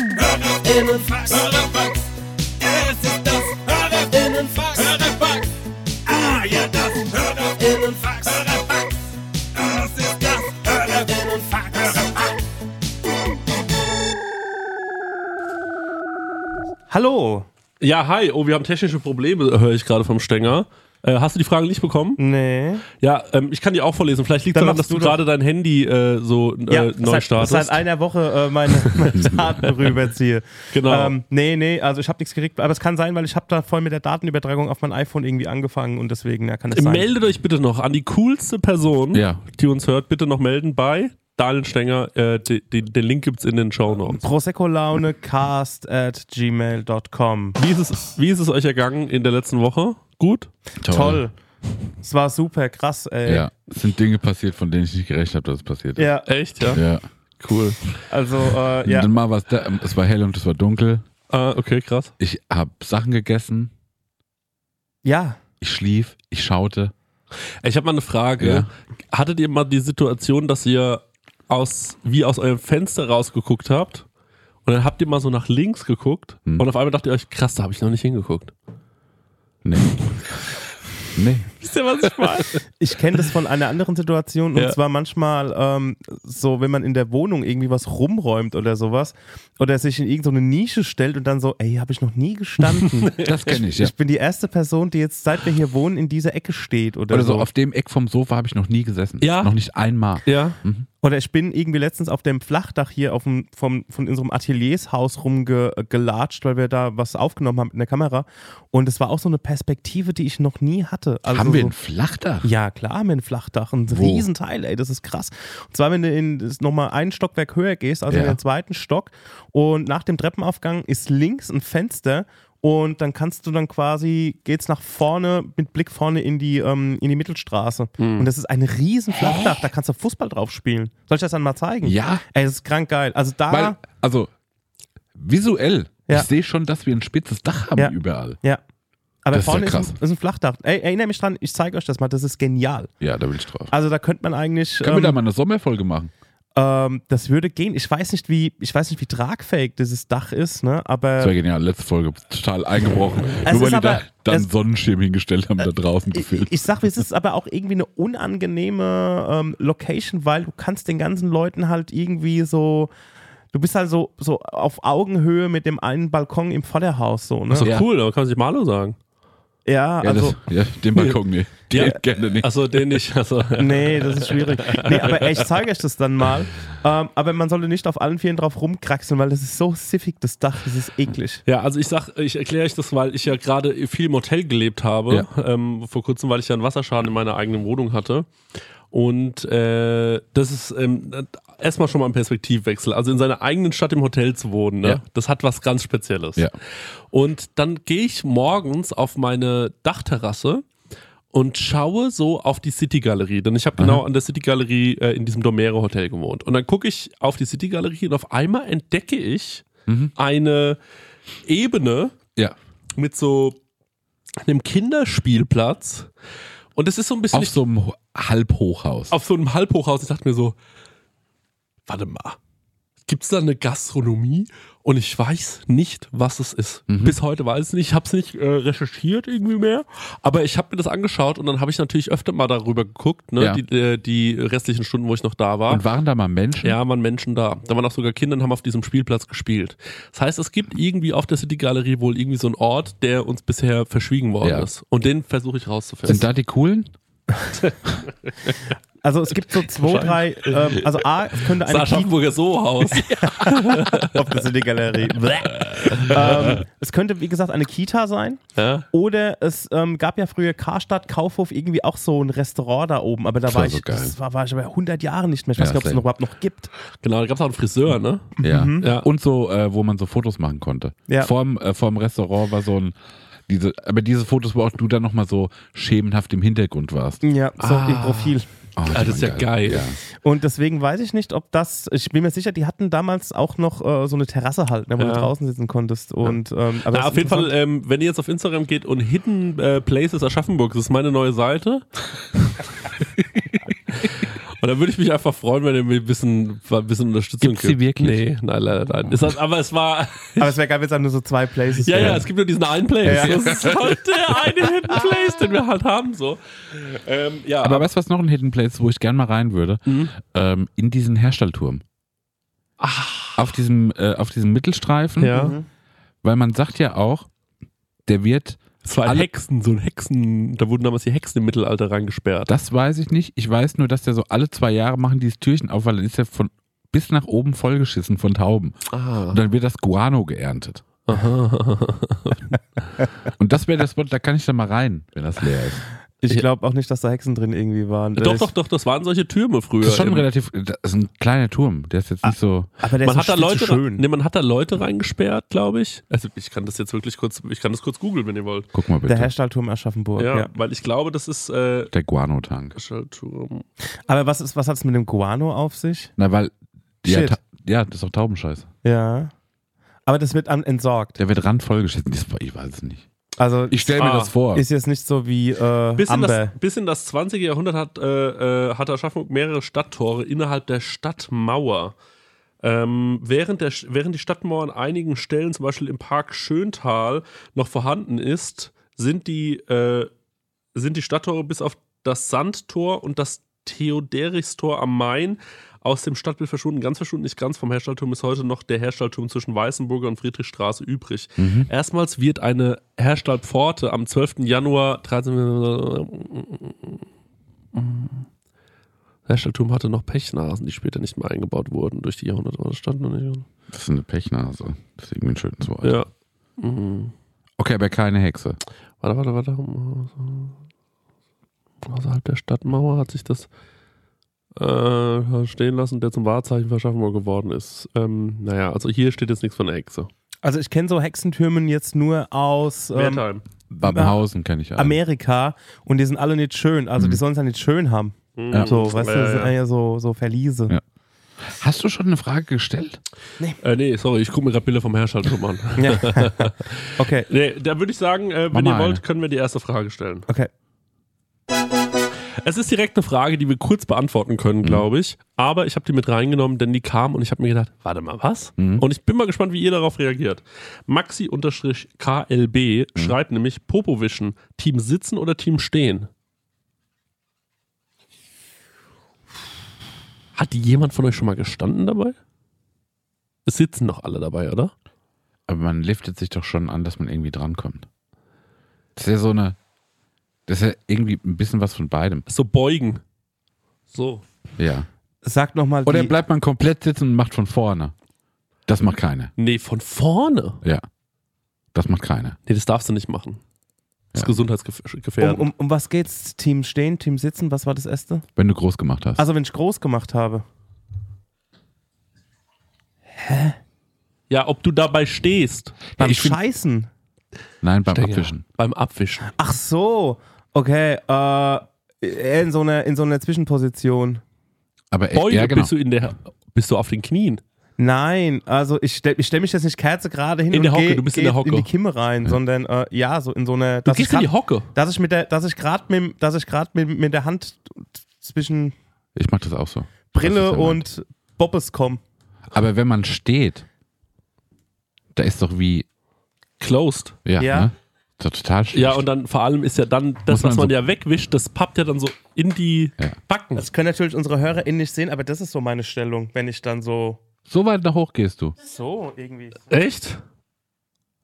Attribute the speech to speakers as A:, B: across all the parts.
A: Innenfax. Hörerfax. Es ist das Hörerinnenfax. Hörerfax. Ah, ja, das Hörerinnenfax. Hörerfax. Das ist das Hörerinnenfax. Hörerfax.
B: Hallo.
C: Ja, hi. Oh, wir haben technische Probleme, höre ich gerade vom Stänger. Äh, hast du die Fragen nicht bekommen?
B: Nee.
C: Ja, ähm, ich kann die auch vorlesen. Vielleicht liegt
B: Dann
C: daran, dass
B: machst
C: du
B: du doch.
C: gerade dein Handy äh, so äh, neu
B: seit,
C: startest.
B: Seit einer Woche äh, meine, meine Daten rüberziehe.
C: Genau.
B: Ähm, nee, nee, also ich habe nichts gekriegt. Aber es kann sein, weil ich habe da voll mit der Datenübertragung auf mein iPhone irgendwie angefangen und deswegen ja, kann es sein.
C: Meldet euch bitte noch an die coolste Person,
D: Ja.
C: die uns hört. Bitte noch melden bei Daniel Stenger. Äh, die, die, den Link gibt's in den Show Notes.
B: Prosecco-Laune-cast at gmail.com.
C: Wie ist, es, wie ist es euch ergangen in der letzten Woche? Gut?
B: Toll. Es war super krass, ey.
D: Ja, es sind Dinge passiert, von denen ich nicht gerechnet habe, dass es passiert ist.
B: Ja,
C: Echt, ja?
D: ja.
C: Cool.
B: also, äh, ja.
D: Dann mal was da, es war hell und es war dunkel.
C: Ah, okay, krass.
D: Ich habe Sachen gegessen,
B: Ja.
D: ich schlief, ich schaute.
C: Ich habe mal eine Frage.
D: Ja.
C: Hattet ihr mal die Situation, dass ihr aus, wie aus eurem Fenster rausgeguckt habt und dann habt ihr mal so nach links geguckt
D: Hm.
C: und auf einmal dachtet ihr euch, krass, da habe ich noch nicht hingeguckt.
D: Nee. nee.
C: Wisst ihr, was ich meine?
B: Ich kenne das von einer anderen Situation und
C: Ja.
B: zwar manchmal ähm, so, wenn man in der Wohnung irgendwie was rumräumt oder sowas oder sich in irgendeine Nische stellt und dann so, ey, habe ich noch nie gestanden.
D: Das kenne ich, ja.
B: Ich bin die erste Person, die jetzt, seit wir hier wohnen, in dieser Ecke steht oder,
D: Oder so
B: so.
D: auf dem Eck vom Sofa habe ich noch nie gesessen.
C: Ja.
D: Noch nicht einmal.
C: ja.
B: Oder ich bin irgendwie letztens auf dem Flachdach hier auf dem, vom, von unserem Ateliershaus rumgelatscht, weil wir da was aufgenommen haben mit der Kamera. Und es war auch so eine Perspektive, die ich noch nie hatte. Also
D: Haben wir
B: so,
D: ein Flachdach?
B: Ja, klar, haben wir ein Flachdach. Ein
D: Wo?
B: Riesenteil, ey, das ist krass. Und zwar, wenn du in das nochmal einen Stockwerk höher gehst, also in
D: Ja.
B: den zweiten Stock, und nach dem Treppenaufgang ist links ein Fenster. Und dann kannst du dann quasi, geht's nach vorne, mit Blick vorne in die, ähm, in die Mittelstraße.
D: Hm.
B: Und das ist ein riesen Flachdach, da kannst du Fußball drauf spielen. Soll ich das dann mal zeigen?
D: Ja.
B: Ey, das ist krank geil. Also da,
D: Weil, also, visuell,
B: Ja.
D: ich sehe schon, dass wir ein spitzes Dach haben
B: Ja.
D: überall.
B: ja. Aber
D: Das ist ja
B: vorne ist,
D: krass.
B: ein, ist ein Flachdach. Ey, erinnere mich dran, ich zeige euch das mal, das ist genial.
D: Ja, da will ich drauf.
B: Also ähm, da könnte man eigentlich.
D: Können wir da mal eine Sommerfolge machen?
B: Ähm, das würde gehen. Ich weiß nicht, wie, ich weiß nicht, wie tragfähig dieses Dach ist, ne?
D: Das war
B: Aber
D: genial. Letzte Folge total eingebrochen.
B: Es
D: Nur weil
B: ist
D: die
B: aber-
D: da dann
B: es- Äh,
D: Sonnenschirm hingestellt haben, da draußen
B: ich,
D: gefilmt.
B: ich sag, es ist aber auch irgendwie eine unangenehme ähm, Location, weil du kannst den ganzen Leuten halt irgendwie so. Du bist halt so, so auf Augenhöhe mit dem einen Balkon im Vorderhaus, so, ne?
C: Ist doch
D: Ja.
C: cool, da kann man sich mal Hallo sagen.
B: Ja,
D: Ja,
B: also.
D: das, ja, den Balkon, nee. Den
C: Ja.
D: gerne nicht.
C: Achso, den nicht. Also,
B: Nee, das ist schwierig. Nee, aber ey, ich zeige euch das dann mal. Ähm, aber man sollte nicht auf allen Vieren drauf rumkraxeln, weil das ist so siffig, das Dach, das ist eklig.
C: Ja, also ich sag, ich erkläre euch das, weil ich ja gerade viel im Hotel gelebt habe. Ähm, vor kurzem, weil ich ja einen Wasserschaden in meiner eigenen Wohnung hatte. Und äh, das ist ähm, erstmal schon mal ein Perspektivwechsel. Also in seiner eigenen Stadt im Hotel zu wohnen, ne?
D: Ja.
C: das hat was ganz Spezielles.
D: Ja.
C: Und dann gehe ich morgens auf meine Dachterrasse und schaue so auf die City Galerie, denn ich habe genau an der City Galerie äh, in diesem Domere Hotel gewohnt. Und dann gucke ich auf die City Galerie und auf einmal entdecke ich
D: Mhm.
C: eine Ebene
D: Ja.
C: mit so einem Kinderspielplatz. Und es ist so ein bisschen
D: Auf so einem Ho- Halbhochhaus.
C: auf so einem Halbhochhaus. Ich dachte mir so, warte mal, gibt's da eine Gastronomie? Und ich weiß nicht, was es ist.
D: Mhm.
C: Bis heute weiß ich nicht. Ich habe es nicht äh, recherchiert irgendwie mehr. Aber ich habe mir das angeschaut und dann habe ich natürlich öfter mal darüber geguckt, ne?
D: Ja.
C: die, äh, die restlichen Stunden, wo ich noch da war.
D: Und waren da mal Menschen?
C: Ja, waren Menschen da. Da waren auch sogar Kinder und haben auf diesem Spielplatz gespielt. Das heißt, es gibt irgendwie auf der City Galerie wohl irgendwie so einen Ort, der uns bisher verschwiegen worden
D: Ja.
C: ist. Und den versuche ich rauszufinden.
D: Sind da die coolen?
B: Also es gibt so zwei, drei, ähm, also A, es könnte eine
C: sah Schaffenburger so aus.
B: auf der City Galerie. ähm, es könnte, wie gesagt, eine Kita sein.
C: ja.
B: Oder es ähm, gab ja früher Karstadt, Kaufhof, irgendwie auch so ein Restaurant da oben. Aber da
D: Das
B: war,
D: war
B: ich,
D: so geil.
B: das war, war ich aber 100 Jahre nicht mehr. Ich weiß
D: Ja,
B: nicht, ob es
D: same.
B: noch überhaupt noch gibt.
C: Genau, da gab es auch einen Friseur, ne?
D: Ja.
C: Ja.
D: Und so, äh, wo man so Fotos machen konnte.
B: Ja.
D: Vorm, äh, vorm Restaurant war so ein. Diese, aber diese Fotos, wo auch du dann nochmal so schemenhaft im Hintergrund warst.
B: Ja, so im Profil.
D: Oh, die
C: Ah, das
D: waren
C: ist ja geil.
D: Ja.
B: Ah. Und deswegen weiß ich nicht, ob das, ich bin mir sicher, die hatten damals auch noch äh, so eine Terrasse halt, ne, wo
C: Ja.
B: du draußen sitzen konntest. Und, ähm, aber
C: Na,
B: das
C: auf jeden
B: ist
C: Fall, ähm, wenn ihr jetzt auf Instagram geht und Hidden äh, Places Aschaffenburg, das ist meine neue Seite. Und da würde ich mich einfach freuen, wenn ihr mir ein bisschen, ein bisschen Unterstützung
D: Gibt's sie wirklich?
C: Nee, nein, leider nein. Ist das, aber es war,
B: Aber es wäre geil, wenn es dann nur so zwei Places
C: äh, ja,
B: wären.
C: ja, es gibt nur diesen einen Place.
B: Ja.
C: Das ist halt der eine Hidden Place, den wir halt haben, so. Ähm, ja, hm?
D: Aber weißt du, was noch ein Hidden Place, ist, wo ich gern mal rein würde? Ähm, in diesen Herstallturm.
C: Ah.
D: Auf diesem, äh, auf diesem Mittelstreifen.
C: ja.
D: Weil man sagt ja auch, der wird,
C: Es war ein
D: Alle-
C: Hexen, so ein Hexen, da wurden damals die Hexen im Mittelalter reingesperrt.
D: das weiß ich nicht. Ich weiß nur, dass der so alle zwei Jahre machen dieses Türchen auf, weil dann ist der von bis nach oben vollgeschissen von Tauben.
C: Ah.
D: Und dann wird das Guano geerntet. Und das wäre der Spot, da kann ich dann mal rein, wenn das leer ist.
B: Ich glaube auch nicht, dass da Hexen drin irgendwie waren.
C: Doch, doch, doch, das waren solche Türme früher.
D: Das ist schon
C: Im-
D: relativ, das ist ein kleiner Turm, der ist
B: Ah.
D: jetzt nicht so.
B: Aber der
C: man
B: ist
C: hat da Leute,
B: schön.
C: Nee, man hat da Leute reingesperrt, glaube ich. Also ich kann das jetzt wirklich kurz, ich kann das kurz googeln, wenn ihr wollt.
D: Guck mal
B: Der
D: bitte.
B: Herstallturm Aschaffenburg.
C: Ja,
B: Ja.
C: weil ich glaube, das ist äh,
D: Der Guano-Tank.
C: Schallturm.
B: Aber was, ist- was hat es mit dem Guano auf sich?
D: Na, weil. Ja,
B: Shit.
D: ta- ja, das ist doch Taubenscheiß.
B: Ja. Aber das wird an entsorgt.
D: Der wird randvoll geschissen. Das war- Ich weiß es nicht.
B: Also
D: Ich stelle mir
C: Ah.
D: das vor.
B: ist jetzt nicht so wie äh,
C: Bis in, das,
B: Amber.
C: bis in das 20. Jahrhundert hat, äh, äh, hat Aschaffenburg mehrere Stadttore innerhalb der Stadtmauer. Ähm, während, der, während die Stadtmauer an einigen Stellen, zum Beispiel im Park Schöntal, noch vorhanden ist, sind die, äh, sind die Stadttore bis auf das Sandtor und das Theoderichstor am Main aus dem Stadtbild verschwunden. Ganz verschwunden, nicht ganz. Vom Herstallturm ist heute noch der Herstallturm zwischen Weißenburger und Friedrichstraße übrig. Erstmals wird eine Herstallpforte am 12. Januar 13. Herstallturm hatte noch Pechnasen, die später nicht mehr eingebaut wurden durch die Jahrhunderte. aber Das stand noch nicht.
D: Das ist eine Pechnase. Das ist irgendwie ein schönes Wort.
C: Ja. Mhm.
D: Okay, aber keine Hexe.
C: Warte, warte, warte. Außerhalb der Stadtmauer hat sich das äh, stehen lassen, der zum Wahrzeichen für Aschaffenburg geworden ist. Ähm, naja, also hier steht jetzt nichts von der Hexe.
B: Also ich kenne so Hexentürmen jetzt nur aus ähm,
C: Wertheim.
D: Babenhausen kenne ich alle.
B: Amerika und die sind alle nicht schön. Also die sollen es ja nicht schön haben.
D: Mhm. Ja.
B: So, weißt du,
C: Mhm. Ja,
B: das sind
C: ja.
B: ja so, so Verliese.
D: Ja. Hast du schon eine Frage gestellt?
C: Äh, nee, sorry, ich gucke mir gerade Bilder vom Herrschallturm an.
B: Ja. okay,
C: Nee, da würde ich sagen, äh, wenn
D: Mach
C: ihr
D: mal
C: wollt,
D: eine.
C: können wir die erste Frage stellen.
B: okay.
C: Es ist direkt eine Frage, die wir kurz beantworten können, glaube ich. Aber ich habe die mit reingenommen, denn die kam und ich habe mir gedacht, warte mal, was? Und ich bin mal gespannt, wie ihr darauf reagiert. Maxi-KLB schreibt nämlich Popowischen, Team sitzen oder Team stehen? Hat jemand von euch schon mal gestanden dabei? Es sitzen noch alle dabei, oder?
D: Aber man liftet sich doch schon an, dass man irgendwie drankommt. Das ist ja so eine. Das ist ja irgendwie ein bisschen was von beidem.
C: So beugen. So.
D: Ja.
B: Sag nochmal
D: Oder
B: die...
D: bleibt man komplett sitzen und macht von vorne. Das macht keiner.
C: Nee, von vorne.
D: Ja. Das macht keiner.
C: Nee, das darfst du nicht machen. Das ist
D: Ja.
B: Um,
C: gesundheitsgefährdend.
B: um, um was geht's? Team stehen, Team sitzen, was war das erste?
D: Wenn du groß gemacht hast.
B: Also wenn ich groß gemacht habe.
C: Ja, ob du dabei stehst.
B: Beim
D: ich find-
B: Scheißen.
D: Nein, beim
C: Digga,
D: Abwischen.
C: Beim Abwischen.
B: Ach so. Okay, äh, eher in so einer in so einer Zwischenposition.
D: Aber echt,
C: Beuge
D: ja, genau.
C: bist du in der. Bist du auf den Knien?
B: Nein, also ich stelle ich stell mich jetzt nicht kerze gerade hin
C: In
B: und
C: der Hocke,
B: geh-
C: du bist in
B: geh
C: der Hocke.
B: in die Kimme rein, sondern äh, ja, so in so einer
C: Du
B: dass ich
C: gehst in die
B: grad-
C: Hocke.
B: dass ich mit der dass ich gerade mit dass ich gerade mit, mit der Hand zwischen
D: ich mach das auch so. Das
B: Brille
D: ist ja
B: und Bobbes komme.
D: nett. Aber wenn man steht, da ist doch wie.
C: Closed.
D: Ja.
B: Ja.
D: Ne? Ist doch total schlecht.
C: Ja, und dann vor allem ist ja dann das,
D: Muss man
C: was man
D: so-
C: ja wegwischt, das pappt ja dann so in die
D: Ja.
C: Backen.
B: Das können natürlich unsere HörerInnen nicht sehen, aber das ist so meine Stellung, wenn ich dann so
D: So weit nach hoch gehst du.
B: so irgendwie.
C: Echt?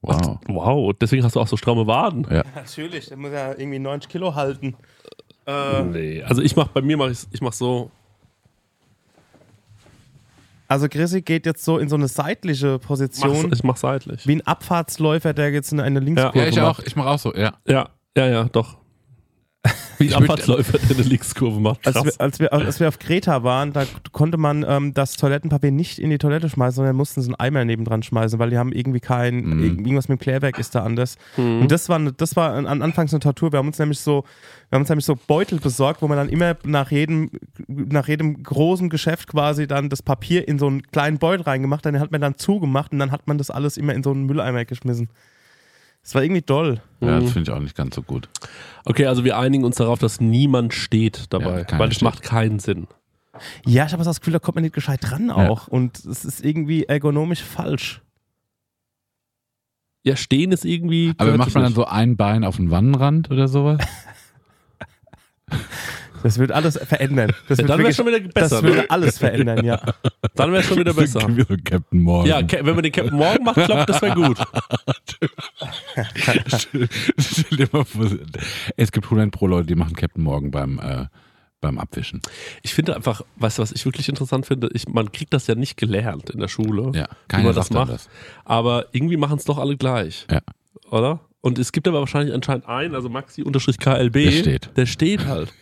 D: Wow.
C: Wow, deswegen hast du auch so stramme Waden.
D: Ja.
B: Natürlich, der muss ja irgendwie 90 Kilo halten. Äh,
C: Nee. Also ich mach, bei mir mach ich, ich mach so.
B: Also Chrissy geht jetzt so in so eine seitliche
C: Mach's,
B: Position,
C: ich mach seitlich.
B: wie ein Abfahrtsläufer, der jetzt in eine Linkskurve
D: Ja, ich auch.
B: macht.
D: Ich mach auch so. Ja.
C: Ja, ja, ja, doch. Wie ein
D: würd-
C: Abfahrtsläufer, der eine Linkskurve macht.
D: Also,
B: Als
C: Krass.
B: wir, als, wir, als wir auf Kreta waren, da konnte man ähm, das Toilettenpapier nicht in die Toilette schmeißen, sondern mussten so einen Eimer nebendran schmeißen, weil die haben irgendwie kein, irg- irgendwas mit dem Klärwerk ist da anders. Und das war, ne- das war an, an Anfangs eine Tortur. Wir haben uns nämlich so, wir haben uns nämlich so Beutel besorgt, wo man dann immer nach jedem, nach jedem großen Geschäft quasi dann das Papier in so einen kleinen Beutel reingemacht, den hat man dann zugemacht und dann hat man das alles immer in so einen Mülleimer geschmissen. Das war irgendwie doll.
D: Ja, das finde ich auch nicht ganz so gut.
C: Okay, also wir einigen uns darauf, dass niemand steht dabei,
D: Ja, keiner
C: weil es
D: steht.
C: macht keinen Sinn.
B: Ja, ich habe das Gefühl, da kommt man nicht gescheit dran auch. Und es ist irgendwie ergonomisch falsch.
C: Ja, stehen ist irgendwie.
D: Aber
C: gehört
D: macht
C: sich
D: man dann
C: nicht.
D: so ein Bein auf den Wannenrand oder sowas?
B: Das wird alles verändern. Das wird
C: Ja, dann wäre
B: wirklich-
C: schon wieder
B: Das
C: besser. Ne?
B: würde alles verändern, ja.
C: Dann wäre schon wieder besser.
D: Captain Morgan.
C: Ja, Ca- wenn man den Captain Morgan macht, klappt das wäre gut.
D: Stell dir mal vor, es gibt 100 Pro Leute, die machen Captain Morgan beim, äh, beim Abwischen.
C: Ich finde einfach, weißt du, was ich wirklich interessant finde? Ich, man kriegt das ja nicht gelernt in der Schule,
D: Ja,
C: wie
D: keiner
C: man das
D: sagt einem
C: macht. Aber irgendwie machen es doch alle gleich,
D: Ja.
C: oder? Und es gibt aber wahrscheinlich anscheinend einen, also Maxi-KLB,
D: Der steht.
C: der steht halt.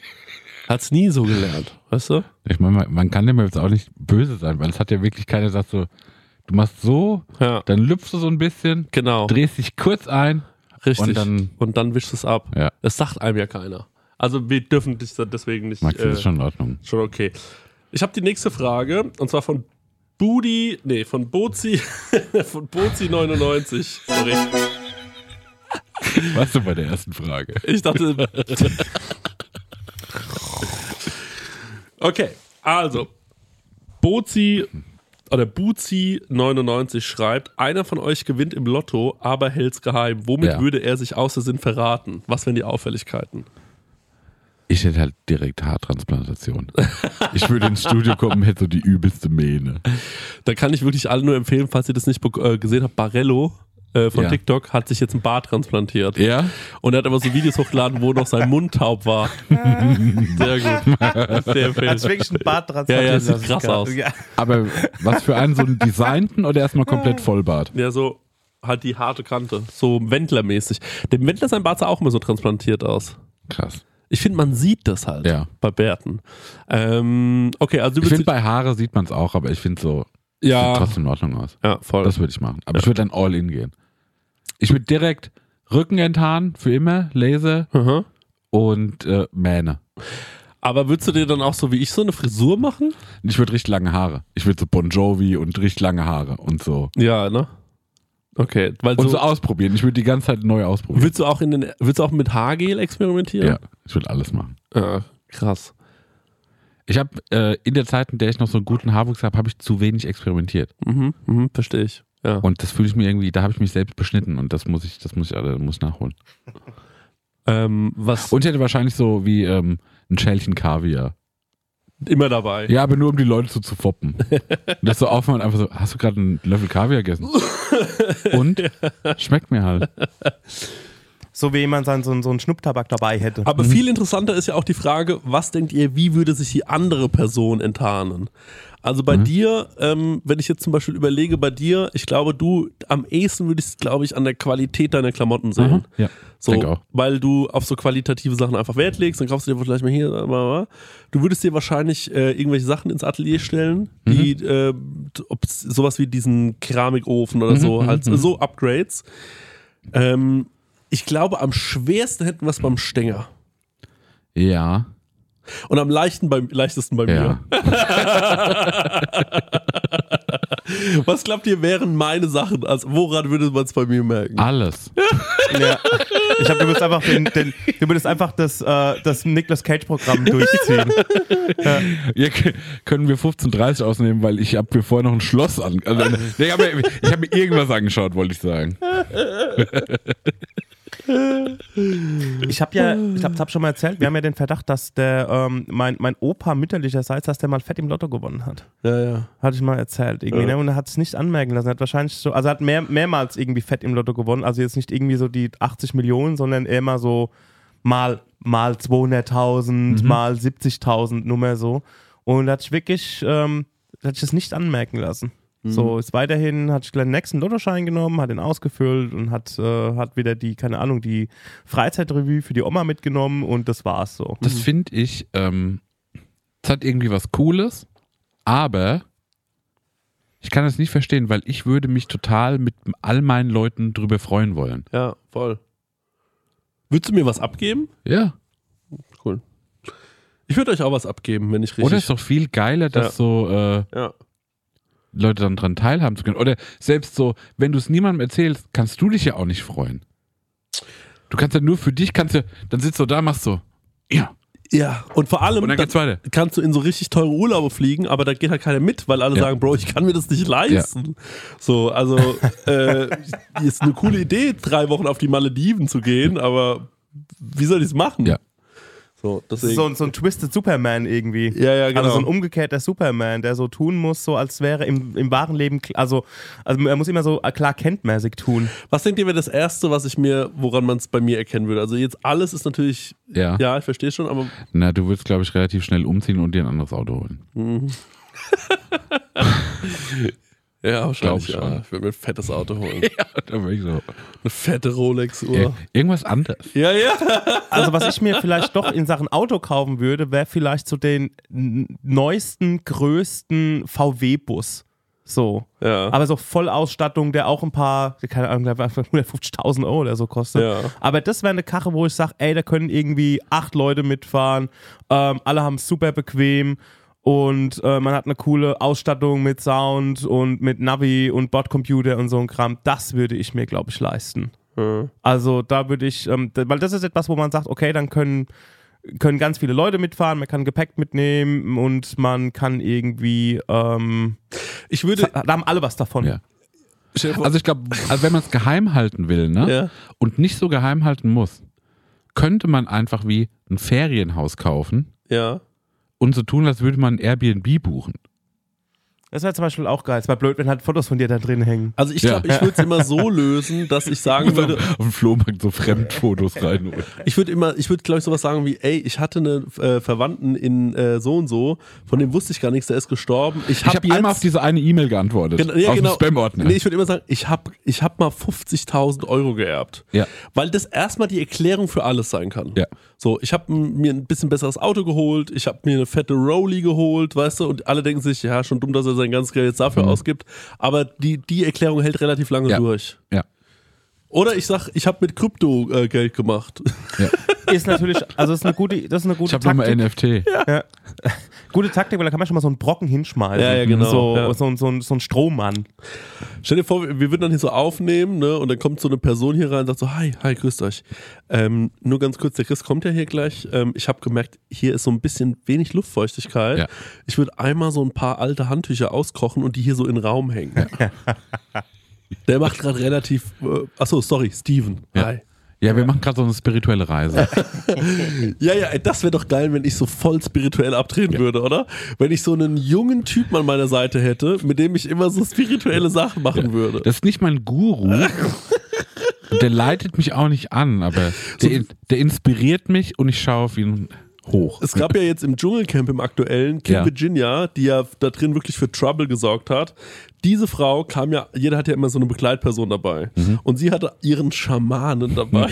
C: Hat's nie so gelernt, weißt du?
D: Ich meine, man, man kann dem jetzt auch nicht böse sein, weil es hat ja wirklich keiner gesagt so, du machst so,
C: Ja,
D: dann lüpfst du so ein bisschen,
C: genau.
D: drehst dich kurz ein.
C: Richtig.
D: Und dann-
C: und dann wischst du es ab.
D: Ja.
C: Das sagt einem ja keiner. Also wir dürfen dich da deswegen nicht.
D: Max,
C: äh,
D: das ist schon in Ordnung.
C: Schon okay. Ich habe die nächste Frage und zwar von Budi, nee, von Bozi, von Bozi99. Sorry.
D: Warst du bei der ersten Frage?
C: Ich dachte. okay, also. Bozi oder Buzi99 schreibt: Einer von euch gewinnt im Lotto, aber hält's geheim. Womit
D: Ja.
C: würde er sich außer Sinn verraten? Was wären die Auffälligkeiten?
D: Ich hätte halt direkt Haartransplantation. Ich würde ins Studio kommen, hätte so die übelste Mähne.
C: Da kann ich wirklich alle nur empfehlen, falls ihr das nicht be- äh, gesehen habt: Barello äh, von
D: Ja.
C: TikTok hat sich jetzt ein Bart transplantiert.
D: Ja?
C: Und er hat aber so Videos hochgeladen, wo noch sein Mund taub war. Sehr gut. Sehr
B: Als
C: viel.
B: wirklich ein Bart
C: Ja,
B: transplantiert.
C: ja, sieht
B: lassen
C: krass
B: kann.
C: aus.
B: Ja.
D: Aber was für einen, so einen designten oder erstmal komplett Vollbart?
C: Ja, so halt die harte Kante. So Wendler-mäßig. Dem Wendler sein Bart sah auch immer so transplantiert aus.
D: Krass.
C: Ich finde, man sieht das halt
D: Ja.
C: bei Bärten. Ähm, okay, also du
D: Ich finde,
C: willst.
D: bei Haare sieht man es auch, aber ich finde so, sieht
C: ja,
D: trotzdem in Ordnung aus.
C: ja, voll.
D: Das würde ich machen. Aber ich würde dann all in gehen. Ich würde direkt Rücken enthaaren, für immer, Laser
C: Mhm.
D: und äh, Mähne.
C: Aber würdest du dir dann auch so wie ich so eine Frisur machen?
D: Ich würde richtig lange Haare. Ich würde so Bon Jovi und richtig lange Haare und so.
C: Ja, ne? Okay, weil
D: Und so,
C: so.
D: ausprobieren. Ich würde die ganze Zeit neu ausprobieren.
C: Willst du auch in den, willst du auch mit Haargel experimentieren?
D: ja, ich würde alles machen.
C: ja krass.
D: Ich habe äh, in der Zeit, in der ich noch so einen guten Haarwuchs habe, habe ich zu wenig experimentiert.
C: Mhm, mhm, verstehe ich. Ja.
D: Und das fühle ich mir irgendwie, da habe ich mich selbst beschnitten und das muss ich, das muss ich alle, muss nachholen.
C: Ähm, was
D: Und ich hätte wahrscheinlich so wie ähm, ein Schälchen Kaviar.
C: immer dabei.
D: Ja, aber nur um die Leute so zu foppen. Und das so aufmachen und einfach so, hast du gerade einen Löffel Kaviar gegessen? Und? Schmeckt mir halt.
B: So wie jemand sein, so, so einen Schnupptabak dabei hätte.
C: Aber viel interessanter ist ja auch die Frage, was denkt ihr, wie würde sich die andere Person enttarnen? Also bei dir, ähm, wenn ich jetzt zum Beispiel überlege, bei dir, ich glaube, du am ehesten würde ich es, glaube ich, an der Qualität deiner Klamotten sehen.
D: Aha, ja.
C: So,
D: Denk auch.
C: weil du auf so qualitative Sachen einfach Wert legst, dann kaufst du dir vielleicht mal hier, bla, bla, bla. du würdest dir wahrscheinlich äh, irgendwelche Sachen ins Atelier stellen, die
D: Mhm.
C: äh, ob sowas wie diesen Keramikofen
D: Mhm,
C: oder so, halt so Upgrades. Ähm, ich glaube, am schwersten hätten wir es beim Stänger.
D: Ja.
C: Und am leichten beim, leichtesten bei
D: Ja.
C: mir. Was glaubt ihr, wären meine Sachen? Also woran würde man es bei mir merken?
D: Ah. Alles.
B: Ja. Ich glaube, du würdest einfach, den, den, du würdest einfach das, äh, das Nicolas Cage-Programm durchziehen.
D: Ja, k- können wir 15.30 ausnehmen, weil ich habe mir vorher noch ein Schloss an. Also, nee, ich habe mir, ich hab mir irgendwas angeschaut, wollte ich sagen.
B: Ich habe ja, ich glaube, das habe schon mal erzählt, wir haben ja den Verdacht, dass der, ähm, mein, mein Opa mütterlicherseits, dass der mal fett im Lotto gewonnen hat.
C: Ja, ja.
B: Hatte ich mal erzählt. Irgendwie, ne? Und er hat es nicht anmerken lassen. Er hat wahrscheinlich so, also er hat mehr, mehrmals irgendwie fett im Lotto gewonnen. Also jetzt nicht irgendwie so die 80 Millionen, sondern eher mal so mal, mal 200.000, mal 70.000 Nummer so. Und er hat sich wirklich, ähm, hat sich das nicht anmerken lassen. So, ist weiterhin, hat sich gleich den nächsten Lottoschein genommen, hat ihn ausgefüllt und hat, äh, hat wieder die, keine Ahnung, die Freizeitrevue für die Oma mitgenommen und das war's so.
D: Das finde ich, ähm, das hat irgendwie was Cooles, aber ich kann das nicht verstehen, weil ich würde mich total mit all meinen Leuten drüber freuen wollen.
C: Ja, voll. Würdest du mir was abgeben?
D: Ja.
C: Cool. Ich würde euch auch was abgeben, wenn ich richtig.
D: Oder ist doch viel geiler, dass
C: Ja.
D: so äh,
C: ja.
D: Leute dann dran teilhaben zu können. Oder selbst so, wenn du es niemandem erzählst, kannst du dich ja auch nicht freuen. Du kannst ja nur für dich, kannst ja, dann sitzt du da, machst so, ja,
C: Ja, und vor allem
D: Und dann geht's weiter.
C: kannst du in so richtig teure Urlaube fliegen, aber da geht halt keiner mit, weil alle
D: Ja.
C: sagen, Bro, ich kann mir das nicht leisten. So, also äh, ist eine coole Idee, drei Wochen auf die Malediven zu gehen, aber wie soll ich es machen?
D: Ja.
C: So, deswegen.
B: So, ein- so ein Twisted Superman irgendwie.
C: Ja, ja, genau.
B: Also so ein umgekehrter Superman, der so tun muss, so als wäre im, im wahren Leben, kl- also, also er muss immer so klar kenntmäßig tun.
C: was denkt ihr wäre das Erste, was ich mir, woran man es bei mir erkennen würde? Also jetzt alles ist natürlich,
D: Ja.
C: ja, ich verstehe schon, aber
D: Na, du willst, glaube ich, relativ schnell umziehen und dir ein anderes Auto holen.
C: ja, wahrscheinlich,
D: Glaub
C: ja.
D: schon.
C: Ich würde mir ein fettes Auto holen.
D: Da bin ich so.
C: Eine fette Rolex-Uhr.
D: Irgendwas anderes.
C: Ja, ja.
B: Also was ich mir vielleicht doch in Sachen Auto kaufen würde, wäre vielleicht so den n- neuesten, größten VW-Bus. So.
C: Ja.
B: Aber so Vollausstattung, der auch ein paar, keine Ahnung, der war einfach 150.000 Euro oder so kostet.
C: Ja.
B: Aber das wäre eine Karre, wo ich sage, ey, da können irgendwie acht Leute mitfahren, ähm, alle haben es super bequem und äh, man hat eine coole Ausstattung mit Sound und mit Navi und Bordcomputer und so ein Kram. Das würde ich mir, glaube ich, leisten.
C: Hm.
B: Also da würde ich, ähm, da- weil das ist etwas, wo man sagt, okay, dann können können ganz viele Leute mitfahren, man kann Gepäck mitnehmen und man kann irgendwie, ähm,
C: Ich würde.
B: da haben alle was davon.
D: Ja. Also ich glaube, also wenn man es geheim halten will, ne?
C: Ja.
D: Und nicht so geheim halten muss, könnte man einfach wie ein Ferienhaus kaufen
C: Ja.
D: und so tun, als würde man ein Airbnb buchen.
B: Das wäre zum Beispiel auch geil. Es wäre blöd, wenn halt Fotos von dir da drin hängen.
C: Also ich
D: Ja.
C: glaube, ich würde es immer so lösen, dass ich sagen würde,
D: Auf dem Flohmarkt so Fremdfotos reinholen.
C: ich würde immer, ich würde glaube ich sowas sagen wie, ey, ich hatte eine äh, Verwandten in äh, so und so, von dem wusste ich gar nichts, der ist gestorben. Ich
D: Ich
C: habe
D: habe einmal auf
C: jetzt
D: diese eine E-Mail geantwortet.
C: Genau, ja,
D: aus
C: genau.
D: dem Spam-Ordner.
C: Nee, ich würde immer sagen, ich habe ich hab mal 50.000 Euro geerbt.
D: Ja.
C: Weil das erstmal die Erklärung für alles sein kann.
D: Ja.
C: So, ich habe mir ein bisschen besseres Auto geholt, ich habe mir eine fette Rolli geholt, weißt du, und alle denken sich, ja, schon dumm, dass er sein ganzes Geld jetzt dafür ausgibt. Aber die, die Erklärung hält relativ lange
D: Mhm. Ja.
C: durch.
D: ja.
C: Oder ich sag, ich habe mit Krypto äh, Geld gemacht.
D: ja.
B: Ist natürlich, also ist eine gute, das ist eine
D: Ich
B: gute
D: habe nochmal
B: Taktik.
D: NFT.
B: gute Taktik, weil da kann man schon mal so einen Brocken hinschmeißen.
C: Ja, ja, genau,
B: So,
C: ja.
B: so, ein- so, ein- so ein Strohmann.
C: Stell dir vor, wir wir würden dann hier so aufnehmen, ne? Und dann kommt so eine Person hier rein und sagt so, hi, hi, grüßt euch. Ähm, nur ganz kurz, der Chris kommt ja hier gleich. Ähm, ich habe gemerkt, hier ist so ein bisschen wenig Luftfeuchtigkeit.
D: Ja.
C: Ich würde einmal so ein paar alte Handtücher auskochen und die hier so in den Raum hängen. der macht gerade relativ. Äh, achso, sorry, Steven.
D: Ja.
C: Hi.
D: Ja, wir machen gerade so eine spirituelle Reise.
C: Ja, ja, ey, das wäre doch geil, wenn ich so voll spirituell abtreten würde, oder? Wenn ich so einen jungen Typen an meiner Seite hätte, mit dem ich immer so spirituelle Sachen machen würde.
D: Das ist nicht mein Guru. der leitet mich auch nicht an, aber der, der inspiriert mich und ich schaue auf ihn hoch.
C: Es gab ja jetzt im Dschungelcamp im aktuellen Kim
D: Ja.
C: Virginia, die ja da drin wirklich für Trouble gesorgt hat. Diese Frau kam ja, jeder hat ja immer so eine Begleitperson dabei.
D: Mhm.
C: Und sie hatte ihren Schamanen dabei.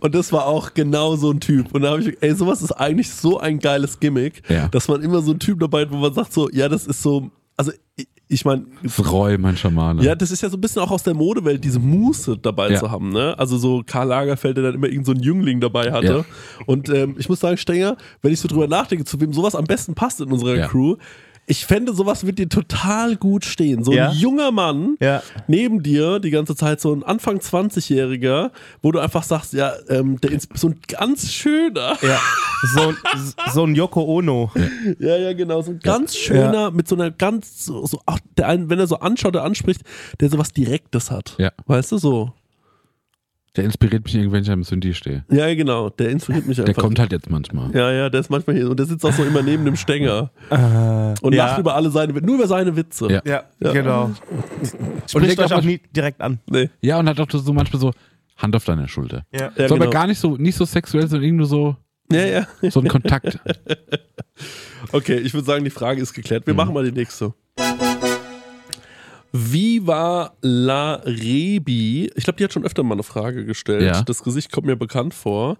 C: und das war auch genau so ein Typ. Und da habe ich, ey, sowas ist eigentlich so ein geiles Gimmick,
D: Ja.
C: dass man immer so einen Typ dabei hat, wo man sagt so, ja, das ist so, also ich, ich meine,
D: Das Roy, mein Schamane.
C: ja, das ist ja so ein bisschen auch aus der Modewelt, diese Muße dabei
D: Ja.
C: zu haben. Ne? Also so Karl Lagerfeld, der dann immer irgendeinen so einen Jüngling dabei hatte. Und ähm, ich muss sagen, Stenger, wenn ich so drüber nachdenke, zu wem sowas am besten passt in unserer
D: Ja.
C: Crew, ich fände, sowas wird dir total gut stehen. So
B: Ja.
C: ein junger Mann
B: Ja.
C: neben dir die ganze Zeit, so ein Anfang 20-Jähriger, wo du einfach sagst, ja, ähm, der ist so ein ganz schöner.
B: Ja. So, ein- so ein Yoko Ono.
C: Ja, ja, genau. So ein ganz schöner, mit so einer ganz, so, so ach, der einen, wenn er so anschaut, der anspricht, der sowas Direktes hat.
D: Ja.
C: Weißt du so?
D: Der inspiriert mich irgendwann, wenn ich am Sündi stehe.
C: Ja, ja, genau. Der inspiriert mich einfach.
D: Der kommt halt jetzt manchmal.
C: ja, ja, der ist manchmal hier. Und der sitzt auch so immer neben dem Stänger. und
B: ja.
C: lacht über alle seine Witze. Nur über seine Witze.
D: Äh, Ja.
C: Ja.
B: genau.
D: Und,
B: Spricht
D: legt
B: euch
D: auch
B: auch
D: mal,
B: nie direkt an.
C: Nee.
D: ja, und hat auch so manchmal so Hand auf deiner Schulter.
B: Ja.
C: Ja,
D: so,
C: genau.
D: aber gar nicht so, nicht so sexuell, sondern irgendwie so,
C: ja, ja.
D: so ein Kontakt.
C: Okay, ich würde sagen, die Frage ist geklärt.
D: Mhm.
C: Wir machen mal die nächste. Viva la Rebi. Ich glaube, die hat schon öfter mal eine Frage gestellt.
D: Ja.
C: Das Gesicht kommt mir bekannt vor.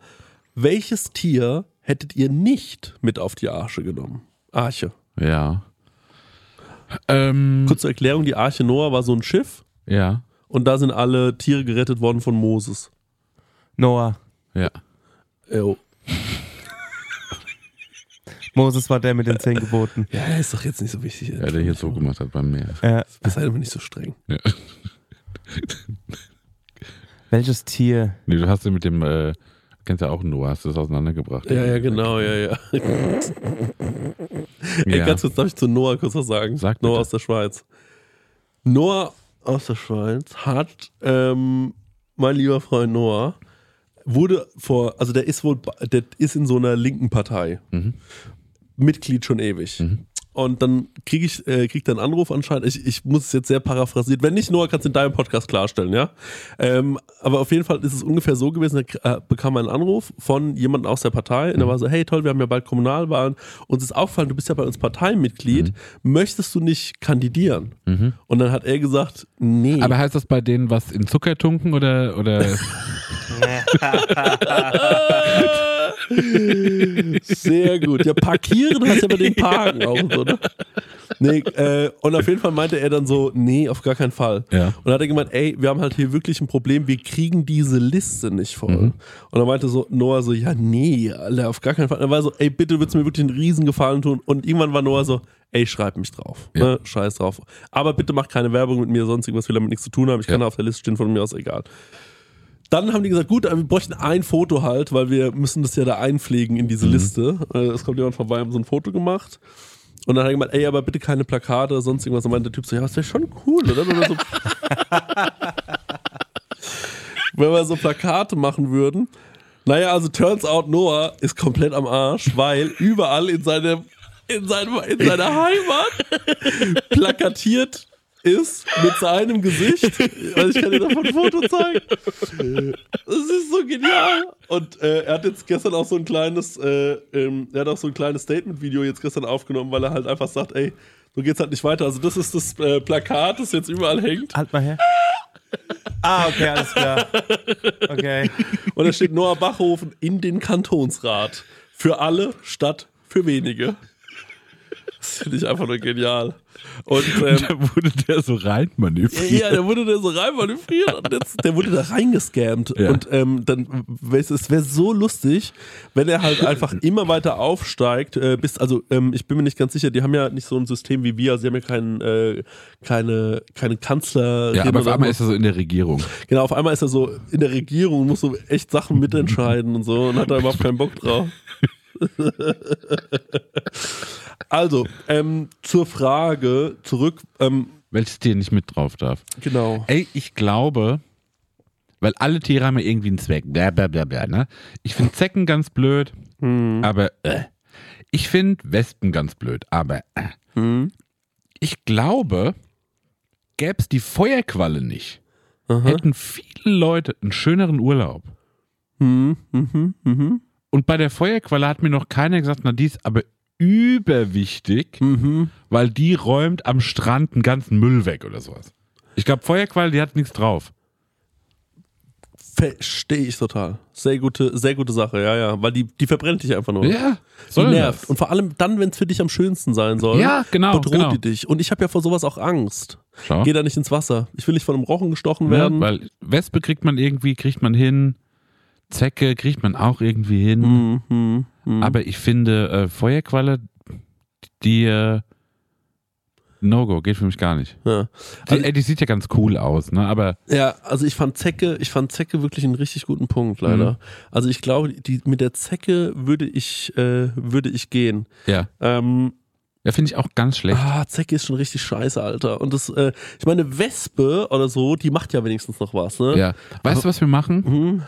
C: Welches Tier hättet ihr nicht mit auf die Arche genommen? Arche.
D: ja. Ähm,
C: Kurz zur Erklärung, die Arche Noah war so ein Schiff
D: ja.
C: und da sind alle Tiere gerettet worden von Moses.
B: Noah.
D: Ja.
C: Jo.
B: Moses war der mit den zehn Geboten. Äh,
C: Ja, ist doch jetzt nicht so wichtig.
D: Ja, der hier so gemacht hat beim Meer.
B: Ja.
C: Sei doch nicht so streng.
D: Ja.
B: Welches Tier?
D: Nee, du hast ja mit dem äh, Kennst ja auch Noah, hast du das auseinandergebracht.
C: Ja, ja, genau, ja, ja. Ey, ganz kurz darf ich zu Noah kurz was sagen.
D: Sag
C: Noah
D: bitte.
C: aus der Schweiz. Noah aus der Schweiz hat, ähm, mein lieber Freund Noah, wurde vor, also der ist wohl, ba- der ist in so einer linken Partei.
D: Mhm.
C: Mitglied schon ewig. Und dann kriege ich, äh, krieg dann einen Anruf anscheinend. Ich, ich muss es jetzt sehr paraphrasiert. Wenn nicht, Noah, kannst du in deinem Podcast klarstellen, ja? Ähm, aber auf jeden Fall ist es ungefähr so gewesen, da äh, bekam er einen Anruf von jemandem aus der Partei
D: Mhm.
C: und er war so, hey toll, wir haben ja bald Kommunalwahlen. Uns ist aufgefallen, du bist ja bei uns
D: Mhm.
C: Parteimitglied. Möchtest du nicht kandidieren? Und dann hat er gesagt, nee.
D: Aber heißt das bei denen was in Zucker tunken oder, oder
C: Sehr gut. Ja, parkieren heißt ja bei den Parken auch so, ne? Nee, äh, und auf jeden Fall meinte er dann so, nee, auf gar keinen Fall.
D: Ja.
C: Und dann hat er gemeint, ey, wir haben halt hier wirklich ein Problem, wir kriegen diese Liste nicht voll.
D: Mhm.
C: Und dann meinte so Noah so, ja, nee, Alter, auf gar keinen Fall. Und dann war er so, ey, bitte würdest du mir wirklich einen Riesengefallen tun. Und irgendwann war Noah so, ey, schreib mich drauf.
D: Ja.
C: Ne? Scheiß drauf. Aber bitte mach keine Werbung mit mir, sonst irgendwas will damit nichts zu tun haben. Ich kann
D: Ja.
C: da auf der Liste stehen, von mir aus egal. Dann haben die gesagt, gut, aber wir bräuchten ein Foto halt, weil wir müssen das ja da einpflegen in diese Liste. Äh, Es kommt jemand vorbei, haben so ein Foto gemacht. Und dann hat er gemeint, ey, aber bitte keine Plakate oder sonst irgendwas. Und meinte der Typ so, ja, das wäre schon cool, oder? Wenn wir, so, wenn wir so Plakate machen würden. Naja, also turns out, Noah ist komplett am Arsch, weil überall in, seine, in, seinem, in seiner Heimat plakatiert ist mit seinem Gesicht. Also ich kann dir davon ein Foto zeigen. Das ist so genial. Und äh, er hat jetzt gestern auch so ein kleines, äh, ähm, er hat auch so ein kleines Statement-Video jetzt gestern aufgenommen, weil er halt einfach sagt, ey, so geht's halt nicht weiter. Also das ist das äh, Plakat, das jetzt überall hängt.
B: Halt mal her. Ah, okay, alles klar. Okay.
C: Und da steht Noah Bachhofen in den Kantonsrat. Für alle statt für wenige. Das finde ich einfach nur genial. Und ähm,
D: da wurde der so rein manövriert?
C: Ja, der wurde da so rein manövriert und jetzt, der wurde da reingescammt.
D: Ja.
C: Und ähm, dann, weißt du, es wäre so lustig, wenn er halt einfach immer weiter aufsteigt, äh, bis, also ähm, ich bin mir nicht ganz sicher, die haben ja nicht so ein System wie wir, also sie haben ja keinen, äh, keine, keine Kanzler.
D: Ja, aber auf
C: oder
D: einmal
C: so.
D: ist er so in der Regierung.
C: genau, auf einmal ist er so in der Regierung und muss so echt Sachen mitentscheiden und so und hat da überhaupt keinen Bock drauf. also, ähm, zur Frage zurück, ähm,
D: Welches Tier nicht mit drauf darf.
C: genau.
D: Ey, ich glaube, weil alle Tiere haben ja irgendwie einen Zweck. Bla, bla, bla, bla, ne? Ich finde Zecken ganz blöd, aber äh. ich finde Wespen ganz blöd, aber äh. ich glaube, gäbe es die Feuerqualle nicht, hätten viele Leute einen schöneren Urlaub. Und bei der Feuerqualle hat mir noch keiner gesagt, na, die ist aber überwichtig, weil die räumt am Strand den ganzen Müll weg oder sowas. Ich glaube, Feuerqualle, die hat nichts drauf.
C: Verstehe ich total. Sehr gute, sehr gute Sache, ja, ja. Weil die, die verbrennt dich einfach nur.
D: Ja,
C: Die
D: soll
C: nervt.
D: Das?
C: Und vor allem dann, wenn es für dich am schönsten sein soll,
D: Ja, genau,
C: bedroht
D: genau.
C: die dich. Und ich habe ja vor sowas auch Angst.
D: Schau.
C: Geh da nicht ins Wasser. Ich will nicht von einem Rochen gestochen
D: Ja,
C: werden.
D: weil Wespe kriegt man irgendwie, kriegt man hin. Zecke kriegt man auch irgendwie hin.
C: Mhm, mhm.
D: Aber ich finde, äh, Feuerqualle, die äh, No-Go, geht für mich gar nicht.
C: Ja.
D: Die, ey, die sieht ja ganz cool aus, ne? Aber
C: ja, also ich fand Zecke, ich fand Zecke wirklich einen richtig guten Punkt,
D: Mhm.
C: leider. Also ich glaube, die, mit der Zecke würde ich, äh, würde ich gehen.
D: ja,
C: Ähm,
D: ja finde ich auch ganz schlecht.
C: Ah, Zecke ist schon richtig scheiße, Alter. Und das, äh, ich meine, Wespe oder so, die macht ja wenigstens noch was, ne?
D: Ja. Weißt du, was wir machen?
C: Mhm.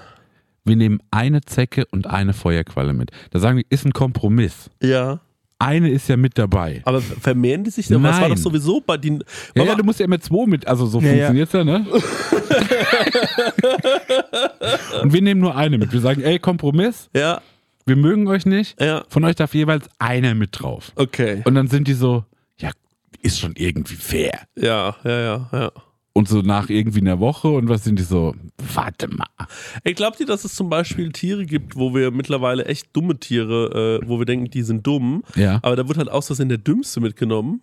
D: Wir nehmen eine Zecke und eine Feuerqualle mit. Da sagen wir, ist ein Kompromiss.
C: Ja.
D: Eine ist ja mit dabei.
C: Aber vermehren die sich denn? Das war
D: Nein.
C: doch sowieso bei den.
D: Ja,
C: Mama,
D: ja, du musst ja immer zwei mit, also so
B: Ja, ja.
D: funktioniert's ja, ne? und wir nehmen nur eine mit. Wir sagen, ey, Kompromiss,
C: ja,
D: wir mögen euch nicht.
C: Ja.
D: Von euch darf jeweils einer mit drauf.
C: okay.
D: Und dann sind die so, ja, ist schon irgendwie fair.
C: Ja, ja, ja, ja.
D: Und so nach irgendwie einer Woche und was sind die so, warte mal.
C: Ey, glaubt ihr, dass es zum Beispiel Tiere gibt, wo wir mittlerweile echt dumme Tiere, äh, wo wir denken, die sind dumm,
D: Ja.
C: aber da wird halt aus Versehen der Dümmste mitgenommen,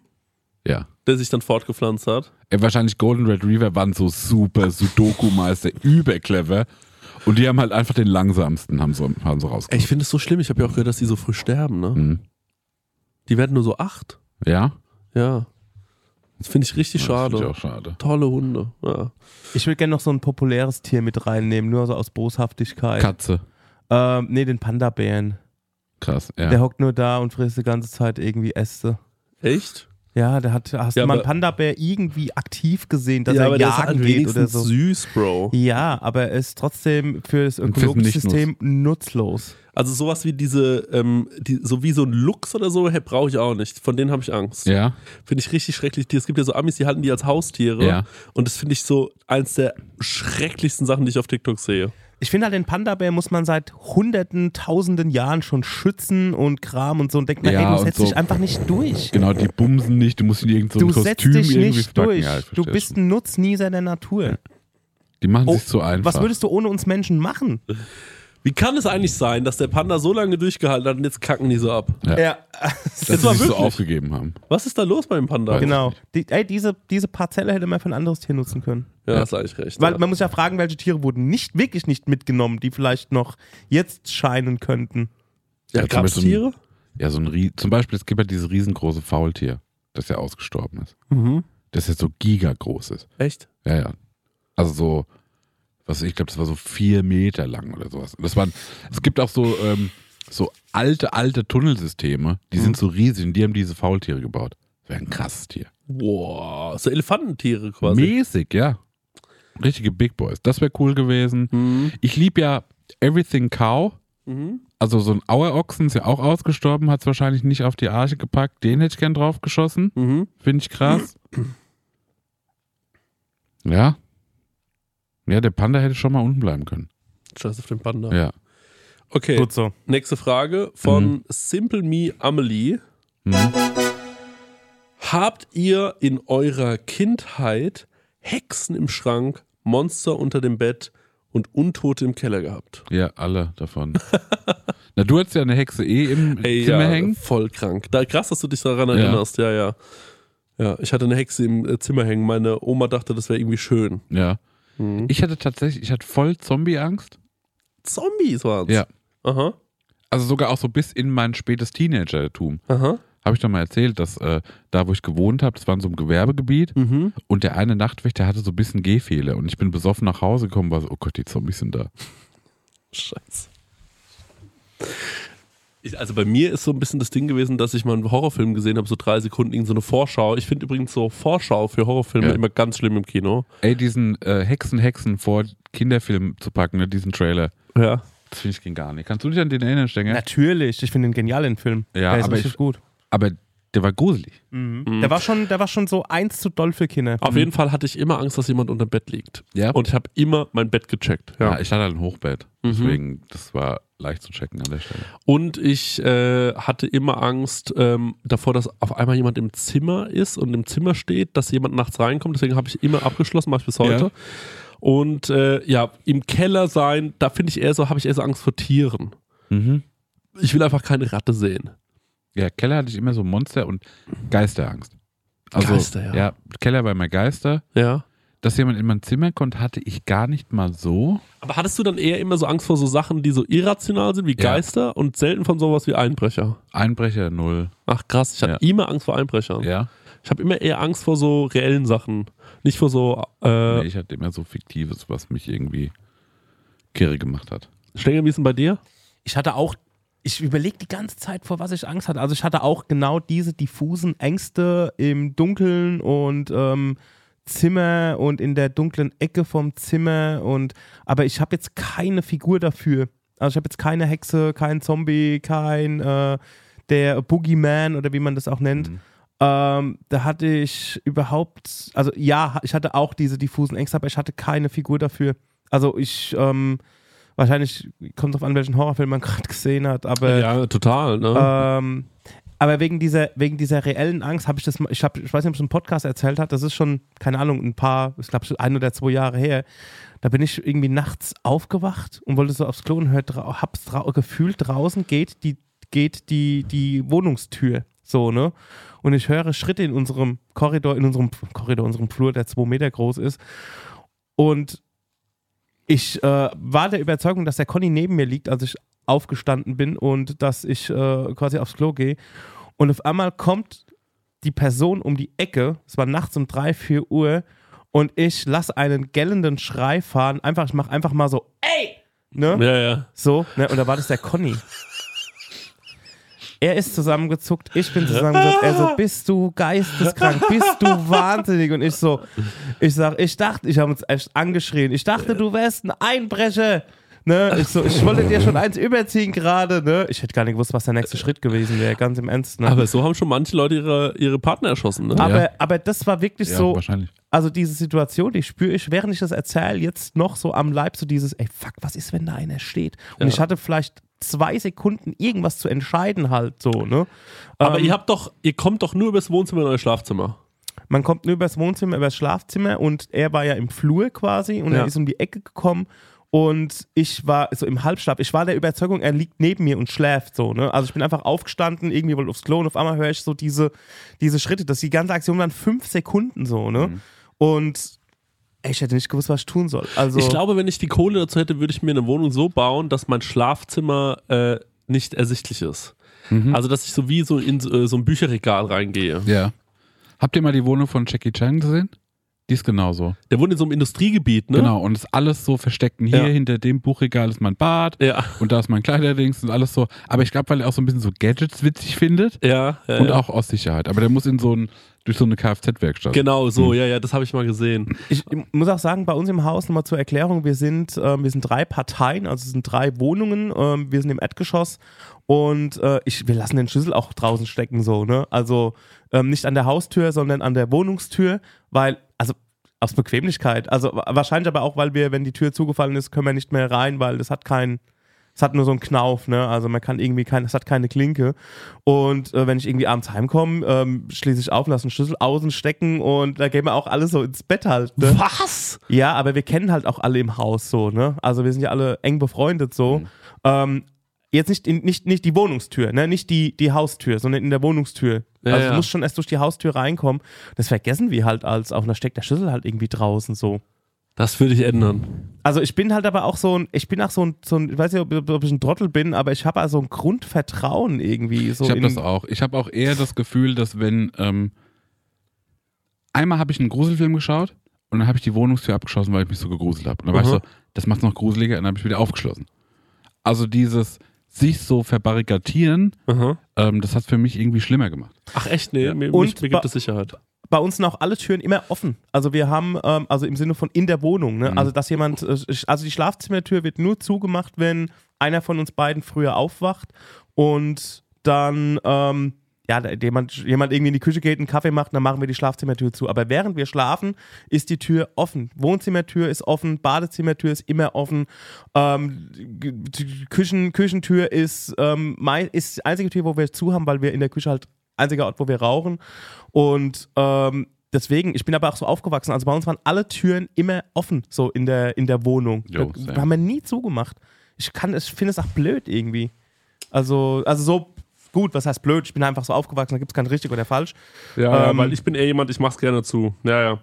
D: Ja.
C: der sich dann fortgepflanzt hat?
D: Ey, wahrscheinlich Golden Red Reaver waren so super Sudoku-Meister, überclever. Und die haben halt einfach den langsamsten, haben so, haben so
C: Ey,
D: rausgekommen.
C: ich finde es so schlimm. Ich habe ja auch gehört, dass die so früh sterben, ne?
D: Mhm.
C: Die werden nur so acht.
D: Ja?
C: Ja. Das finde ich richtig
D: Das find ich
C: schade.
D: auch schade.
C: Tolle Hunde. Ja.
B: Ich würde gerne noch so ein populäres Tier mit reinnehmen, nur so aus Boshaftigkeit.
D: Katze.
B: Ähm, nee, den Panda-Bären.
D: Krass, ja.
B: Der hockt nur da und frisst die ganze Zeit irgendwie Äste.
C: Echt?
B: Ja, der hat, hast
C: Ja,
B: du mal einen
C: aber-
B: Panda-Bär irgendwie aktiv gesehen, dass
C: ja,
B: er
C: aber der ist
B: jagen
C: halt
B: geht oder
C: wenigstens
B: so?
C: süß, Bro.
B: Ja, aber er ist trotzdem für das
D: Und Pfiffen
B: ökologische
D: nicht
B: System nutzlos.
C: Also sowas wie diese, ähm, die, so wie so ein Luchs oder so, hä, brauche ich auch nicht. Von denen habe ich Angst.
D: Ja,
C: Finde ich richtig schrecklich. Die- Es gibt ja so Amis, die halten die als Haustiere.
D: Ja.
C: Und das finde ich so eins der schrecklichsten Sachen, die ich auf TikTok sehe.
B: Ich finde halt, den Panda-Bär muss man seit hunderten, tausenden Jahren schon schützen und Kram und so und denkt man,
D: Ja,
B: ey, du
D: und
B: setzt
D: so.
B: dich einfach nicht durch.
D: genau, die bumsen nicht, du musst in irgendein
B: Du
D: Kostüm
B: setzt dich
D: irgendwie
B: nicht
D: verpacken.
B: durch.
D: Ja, ich
B: du
D: versteh's
B: bist
D: schon.
B: ein Nutznießer der Natur.
D: Die machen
B: Oh,
D: sich so einfach.
B: Was würdest du ohne uns Menschen machen?
C: Wie kann es eigentlich sein, dass der Panda so lange durchgehalten hat und jetzt kacken die so ab?
B: Ja,
D: dass
B: Also,
C: Jetzt
D: sie
C: mal
D: sich so
C: wirklich.
D: aufgegeben haben?
C: Was ist da los beim Panda?
B: genau. Die, ey, diese, diese Parzelle hätte man für ein anderes Tier nutzen können.
C: Ja, hast eigentlich recht.
B: Weil
C: ja.
B: man muss ja fragen, welche Tiere wurden nicht wirklich nicht mitgenommen, die vielleicht noch jetzt scheinen könnten.
C: ja,
D: Ja,
C: gab es
D: zum Beispiel so
C: Tiere?
D: ein- Ja, so ein Rie zum Beispiel, es gibt ja dieses riesengroße Faultier, das ja ausgestorben ist.
C: Mhm.
D: Das jetzt so gigagroß ist.
C: Echt?
D: Ja, ja. Also so, was weiß ich glaube, das war so vier Meter lang oder sowas. Und Das waren, es gibt auch so, ähm, so alte, alte Tunnelsysteme, die
B: Mhm.
D: sind so riesig und die haben diese Faultiere gebaut. Das wäre ein krasses Tier.
C: Wow, so Elefantentiere quasi.
D: Mäßig, ja. Richtige Big Boys. Das wäre cool gewesen.
C: Mhm.
D: Ich liebe ja Everything Cow.
C: Mhm.
D: Also so ein Auerochsen ist ja auch ausgestorben, hat es wahrscheinlich nicht auf die Arche gepackt. Den hätte ich gern drauf geschossen.
C: Mhm.
D: Finde ich krass. Ja. Ja, der Panda hätte schon mal unten bleiben können.
C: Scheiß auf den Panda.
D: Ja.
C: Okay,
B: Gut so.
C: nächste Frage von Simple Me Amelie.
D: Mhm.
C: Habt ihr in eurer Kindheit Hexen im Schrank, Monster unter dem Bett und Untote im Keller gehabt?
D: Ja, alle davon. Na, du hattest ja eine Hexe eh im
C: Ey,
D: Zimmer
C: ja,
D: hängen.
C: voll krank. Da, krass, dass du dich daran
D: Ja.
C: erinnerst. Ja, ja. Ja, ich hatte eine Hexe im äh, Zimmer hängen. Meine Oma dachte, das wäre irgendwie schön.
D: Ja.
C: Mhm.
D: Ich hatte tatsächlich, ich hatte voll Zombie-Angst.
C: Zombies waren's.
D: Ja.
C: Aha,
D: Also sogar auch so bis in mein spätes Teenagertum.
C: aha.
D: Habe ich doch mal erzählt, dass äh, da, wo ich gewohnt habe, das war in so einem Gewerbegebiet.
C: Mhm.
D: Und der eine Nachtwächter hatte so ein bisschen Gehfehler. Und ich bin besoffen nach Hause gekommen, war so, oh Gott, die Zombies sind da.
C: Scheiße. Ich, also bei mir ist so ein bisschen das Ding gewesen, dass ich mal einen Horrorfilm gesehen habe, so drei Sekunden, irgend so eine Vorschau. Ich finde übrigens so Vorschau für Horrorfilme
D: Ja.
C: immer ganz schlimm im Kino.
D: Ey, diesen äh, Hexen, Hexen vor Kinderfilm zu packen, ne, diesen Trailer.
C: Ja.
D: Das finde ich ging gar nicht. Kannst du dich an den erinnern, Stenger?
B: Natürlich, ich finde den genial, den Film.
D: Ja,
B: der ist
D: aber
B: richtig
D: ich-
B: gut.
D: Aber der war gruselig.
B: Der, war schon, der war schon so eins zu doll für Kinder.
C: Auf jeden Fall hatte ich immer Angst, dass jemand unter dem Bett liegt.
D: Mhm. Ja.
C: Und ich habe immer mein Bett gecheckt. Ja. Mhm.
D: Ja, ich hatte halt ein Hochbett. Deswegen, das war leicht zu checken an der Stelle.
C: Und ich äh, hatte immer Angst ähm, davor, dass auf einmal jemand im Zimmer ist und im Zimmer steht, dass jemand nachts reinkommt. Deswegen habe ich immer abgeschlossen, mache ich bis heute.
D: Ja.
C: Und äh, ja, im Keller sein, da finde ich eher so, habe ich eher so Angst vor Tieren.
D: Mhm.
C: Ich will einfach keine Ratte sehen.
D: Ja, Keller hatte ich immer so Monster- und Geisterangst. Also,
C: Geister, ja.
D: ja. Keller war immer Geister.
C: Ja.
D: Dass jemand in mein Zimmer kommt, hatte ich gar nicht mal so.
C: Aber hattest du dann eher immer so Angst vor so Sachen, die so irrational sind wie
D: Ja.
C: Geister und selten von sowas wie Einbrecher?
D: Einbrecher null.
C: Ach krass, ich hatte
D: Ja.
C: immer Angst vor Einbrechern.
D: Ja.
C: Ich habe immer eher Angst vor so reellen Sachen. Nicht vor so. Äh,
D: Nee, ich hatte immer so Fiktives, was mich irgendwie kirre gemacht hat.
C: Stenger, wie ist denn bei dir?
B: Ich hatte auch, ich überlege die ganze Zeit, vor was ich Angst hatte. Also ich hatte auch genau diese diffusen Ängste im Dunkeln und ähm, Zimmer und in der dunklen Ecke vom Zimmer und aber ich habe jetzt keine Figur dafür. Also ich habe jetzt keine Hexe, kein Zombie, kein äh, der Boogeyman oder wie man das auch nennt. Ähm, da hatte ich überhaupt, also ja, ich hatte auch diese diffusen Ängste, aber ich hatte keine Figur dafür. Also ich, ähm, wahrscheinlich kommt drauf an, welchen Horrorfilm man gerade gesehen hat, aber
C: ja, total, ne?
B: ähm, aber wegen dieser, wegen dieser reellen Angst habe ich das, mal- ich, hab, ich weiß nicht, ob ich es im Podcast erzählt habe, das ist schon, keine Ahnung, ein paar, ich glaube schon ein oder zwei Jahre her. Da bin ich irgendwie nachts aufgewacht und wollte so aufs Klo und hört, dra- hab's dra gefühlt, draußen geht die, geht die, die Wohnungstür. So, ne? Und ich höre Schritte in unserem Korridor, in unserem Korridor, unserem Flur, der zwei Meter groß ist. Und ich äh, war der Überzeugung, dass der Conny neben mir liegt, als ich aufgestanden bin und dass ich äh, quasi aufs Klo gehe. Und auf einmal kommt die Person um die Ecke, es war nachts um 3, 4 Uhr, und ich lasse einen gellenden Schrei fahren. Einfach, ich mache einfach mal so, ey! ne?
C: Ja, ja.
B: So, ne? Und da war das der Conny. Er ist zusammengezuckt, ich bin zusammengezuckt. Er so, bist du geisteskrank, bist du wahnsinnig? Und ich so, ich sag, ich dachte, ich habe uns echt angeschrien. Ich dachte, du wärst ein Einbrecher. Ne? Ich so, ich wollte dir schon eins überziehen gerade. Ne? Ich hätte gar nicht gewusst, was der nächste Schritt gewesen wäre, ganz im Ernst. Ne?
C: Aber so haben schon manche Leute ihre, ihre Partner erschossen, ne?
B: Aber,
D: Ja.
B: aber das war wirklich
D: Ja,
B: so.
D: wahrscheinlich.
B: Also diese Situation, die spüre ich, während ich das erzähle, jetzt noch so am Leib, so dieses, ey, fuck, was ist, wenn da einer steht? Und ich hatte vielleicht zwei Sekunden irgendwas zu entscheiden halt so, ne?
C: Aber
B: Ähm,
C: ihr habt doch, ihr kommt doch nur übers Wohnzimmer in euer Schlafzimmer.
B: man kommt nur übers Wohnzimmer, übers Schlafzimmer und er war ja im Flur quasi und
C: Ja.
B: er ist um die Ecke gekommen und ich war so im Halbschlaf. Ich war der Überzeugung, er liegt neben mir und schläft so, ne? Also ich bin einfach aufgestanden, irgendwie wollte aufs Klo und auf einmal höre ich so diese, diese Schritte. Das die ganze Aktion waren fünf Sekunden so, ne?
C: Mhm.
B: Und ey, ich hätte nicht gewusst, was ich tun soll. Also
C: Ich glaube, wenn ich die Kohle dazu hätte, würde ich mir eine Wohnung so bauen, dass mein Schlafzimmer äh, nicht ersichtlich ist. Also, dass ich so wie so in so- äh, so ein Bücherregal reingehe.
D: Ja. Habt ihr mal die Wohnung von Jackie Chan gesehen? Die ist genauso.
C: Der wohnt in so einem Industriegebiet, ne?
D: Genau, und ist alles so versteckt. Und hier
C: Ja.
D: hinter dem Buchregal ist mein Bad
C: Ja.
D: und da ist mein Kleiderdings und alles so. Aber ich glaube, weil er auch so ein bisschen so Gadgets witzig findet
C: Ja, ja,
D: und
C: ja.
D: auch aus Sicherheit. Aber der muss in so ein, durch so eine Kfz-Werkstatt.
C: Genau, so, ja, ja, das habe ich mal gesehen.
B: Ich muss auch sagen, bei uns im Haus nochmal zur Erklärung, wir sind, ähm, wir sind drei Parteien, also es sind drei Wohnungen, ähm, wir sind im Erdgeschoss und äh, ich, wir lassen den Schlüssel auch draußen stecken, so, ne? Also ähm, nicht an der Haustür, sondern an der Wohnungstür, weil, also aus Bequemlichkeit, also wa- wahrscheinlich aber auch, weil wir, wenn die Tür zugefallen ist, können wir nicht mehr rein, weil das hat keinen. Es hat nur so einen Knauf, ne? Also man kann irgendwie kein, es hat keine Klinke. Und äh, wenn ich irgendwie abends heimkomme, ähm, schließe ich auf, lasse einen Schlüssel außen stecken und da gehen wir auch alle so ins Bett halt. Ne?
C: Was?
B: Ja, aber wir kennen halt auch alle im Haus so, ne? Also wir sind ja alle eng befreundet
D: Mhm.
B: so. Ähm, jetzt nicht, in, nicht, nicht die Wohnungstür, ne? Nicht die, die Haustür, sondern in der Wohnungstür.
C: Ja,
B: also
C: ja.
B: du musst schon erst durch die Haustür reinkommen. Das vergessen wir halt als auch, und da steckt der Schlüssel halt irgendwie draußen so.
C: Das würde ich ändern.
B: Also ich bin halt aber auch so ein, ich bin auch so ein, so ein ich weiß nicht, ob, ob ich ein Trottel bin, aber ich habe also ein Grundvertrauen irgendwie. So
D: ich habe
B: in-
D: das auch. Ich habe auch eher das Gefühl, dass wenn ähm, einmal habe ich einen Gruselfilm geschaut und dann habe ich die Wohnungstür abgeschlossen, weil ich mich so gegruselt habe. Und dann war ich
C: Mhm.
D: so, das macht's noch gruseliger. Und dann habe ich wieder aufgeschlossen. Also dieses sich so verbarrikadieren, ähm, das hat für mich irgendwie schlimmer gemacht.
C: Ach, echt? Nee, mir,
B: Und
C: mich, mir
B: ba-
C: gibt es Sicherheit.
B: bei uns sind auch alle Türen immer offen. Also wir haben, ähm, also im Sinne von in der Wohnung, ne? also dass jemand, äh, also die Schlafzimmertür wird nur zugemacht, wenn einer von uns beiden früher aufwacht und dann, ähm, ja, da- jemand, jemand irgendwie in die Küche geht, einen Kaffee macht, dann machen wir die Schlafzimmertür zu. Aber während wir schlafen, ist die Tür offen. Wohnzimmertür ist offen, Badezimmertür ist immer offen, ähm, G- G- Küchen, Küchentür ist, ähm, mei- ist die einzige Tür, wo wir zu haben, weil wir in der Küche halt einziger Ort, wo wir rauchen. Und ähm, deswegen, ich bin aber auch so aufgewachsen. Also bei uns waren alle Türen immer offen, so in der, in der Wohnung.
D: Jo,
B: da,
D: same.
B: haben wir nie zugemacht. Ich kann, ich finde es auch blöd irgendwie. Also, also so gut, was heißt blöd? Ich bin einfach so aufgewachsen, da gibt es kein richtig oder falsch.
C: Ja,
B: Ähm,
C: weil ich bin eher jemand, ich mach's gerne zu. Ja, ja.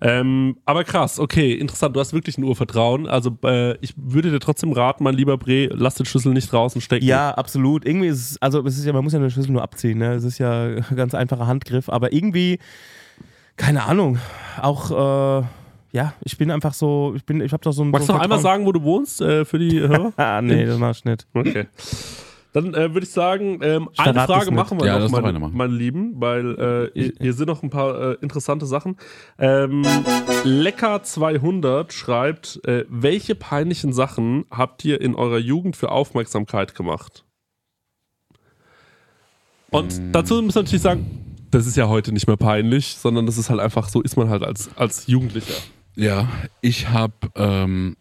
C: Ähm, aber krass, okay, interessant. Du hast wirklich ein Urvertrauen. Also äh, ich würde dir trotzdem raten, mein lieber Bre, lass den Schlüssel nicht draußen stecken.
B: Ja, absolut. Irgendwie ist es, also es ist ja, man muss ja den Schlüssel nur abziehen, ne? Es ist ja ein ganz einfacher Handgriff, aber irgendwie, keine Ahnung, auch, äh, ja, ich bin einfach so, ich bin, ich hab doch so ein.
C: Magst
B: so
C: du noch einmal
B: Vertrauen-
C: sagen, wo du wohnst äh, für die Hörer?
B: Ah, nee, das mach ich nicht.
C: Okay. Dann äh, würde ich sagen, ähm,
B: Ich
C: eine
B: verrate
C: Frage
B: es nicht.
C: machen wir
D: Ja,
C: noch,
D: lass noch
C: meine,
D: eine machen.
C: meine Lieben, weil äh, hier, hier sind noch ein paar äh, interessante Sachen. Ähm, Lecker200 schreibt, äh, welche peinlichen Sachen habt ihr in eurer Jugend für Aufmerksamkeit gemacht? Und
D: Mm.
C: dazu muss man natürlich sagen, das ist ja heute nicht mehr peinlich, sondern das ist halt einfach, so ist man halt als, als Jugendlicher.
D: Ja, ich habe ähm,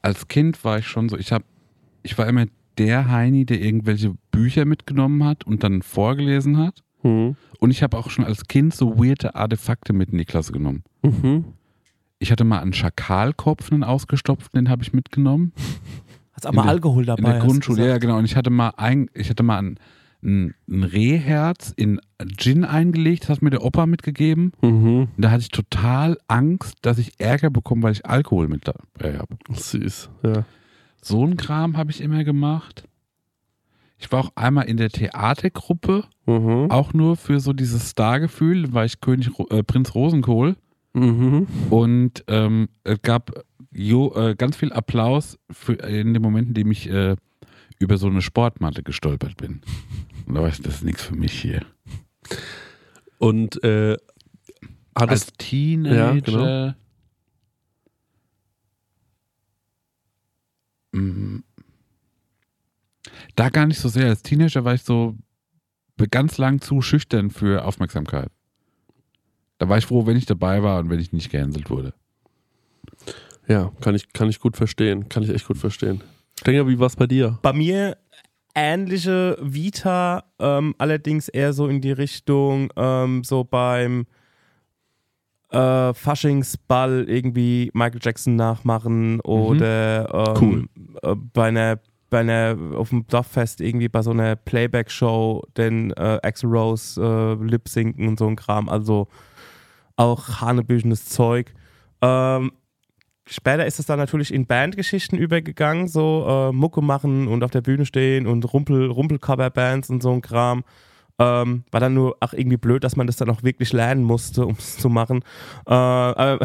D: als Kind war ich schon so, ich habe, ich war immer der Heini, der irgendwelche Bücher mitgenommen hat und dann vorgelesen hat. Und ich habe auch schon als Kind so weirde Artefakte mit in die Klasse genommen. Mhm. Ich hatte mal einen Schakalkopf, einen ausgestopften, den habe ich mitgenommen.
B: Hast aber
D: der-
B: Alkohol dabei.
D: In der
B: hast du
D: Grundschule,
B: gesagt.
D: ja genau. Und ich hatte mal ein, ich hatte mal ein, ein, ein Rehherz in Gin eingelegt, das hat mir der Opa mitgegeben. Und da hatte ich total Angst, dass ich Ärger bekomme, weil ich Alkohol mit dabei habe.
C: Süß, ja.
D: So ein Kram habe ich immer gemacht. Ich war auch einmal in der Theatergruppe,
C: Mhm.
D: auch nur für so dieses Stargefühl, war ich König Ro- äh, Prinz Rosenkohl
C: Mhm.
D: und ähm, es gab jo, äh, ganz viel Applaus für, in dem Moment, in dem ich äh, über so eine Sportmatte gestolpert bin. Und da weiß ich, das ist nichts für mich hier.
C: Und äh, hat
D: Als
C: es,
D: Teenager.
C: Ja, genau.
D: Mm. Da gar nicht so sehr. Als Teenager war ich so ganz lang zu schüchtern für Aufmerksamkeit. Da war ich froh, wenn ich dabei war und wenn ich nicht gehänselt wurde.
C: ja, kann ich, kann ich gut verstehen. Kann ich echt gut verstehen. Stenger, wie war es bei dir?
B: Bei mir ähnliche Vita, ähm, allerdings eher so in die Richtung, ähm, so beim äh, Faschingsball irgendwie Michael Jackson
D: Mhm.
B: nachmachen oder ähm, äh, bei einer bei einer, auf dem Dorffest irgendwie bei so einer Playback-Show den äh, Axl Rose äh, lip sinken und so ein Kram, also auch hanebüchenes Zeug. Ähm, später ist es dann natürlich in Bandgeschichten übergegangen, so äh, Mucke machen und auf der Bühne stehen und Rumpel, Rumpel-Cover-Bands und so ein Kram. Ähm, war dann nur ach irgendwie blöd, dass man das dann auch wirklich lernen musste, um es zu machen. Äh, äh,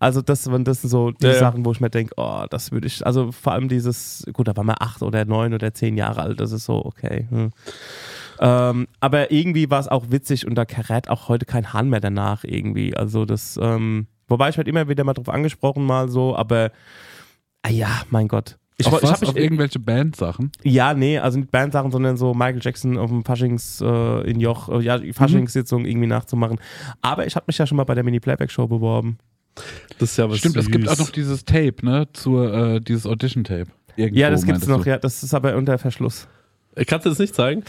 B: also das waren das sind so die
C: Ja, ja.
B: Sachen, wo ich mir denke, oh, das würde ich, also vor allem dieses, gut, da war man acht oder neun oder zehn Jahre alt, das ist so okay. Hm. Ähm, aber irgendwie war es auch witzig und da kräht auch heute kein Hahn mehr danach irgendwie. Also das, ähm, wobei ich halt immer wieder mal drauf angesprochen mal so, aber ah ja, mein Gott. Ich,
D: auf
B: woll- ich
D: was?
B: hab mich- e-
D: auf irgendwelche Bandsachen?
B: ja, nee, also nicht Bandsachen, sondern so Michael Jackson auf dem Faschings äh, in Joch, äh,
D: Mhm.
B: ja, die Faschingssitzung irgendwie nachzumachen. Aber ich habe mich ja schon mal bei der Mini-Playback-Show beworben.
C: Das ist ja was
D: Stimmt, es gibt auch
C: süß.
D: noch dieses Tape, ne? Zur, äh, dieses Audition-Tape. Irgendwo,
B: Ja, das gibt's
D: Oh, meintest
B: noch,
D: du.
B: ja, das ist aber unter Verschluss.
C: Äh, Kannst du das nicht zeigen?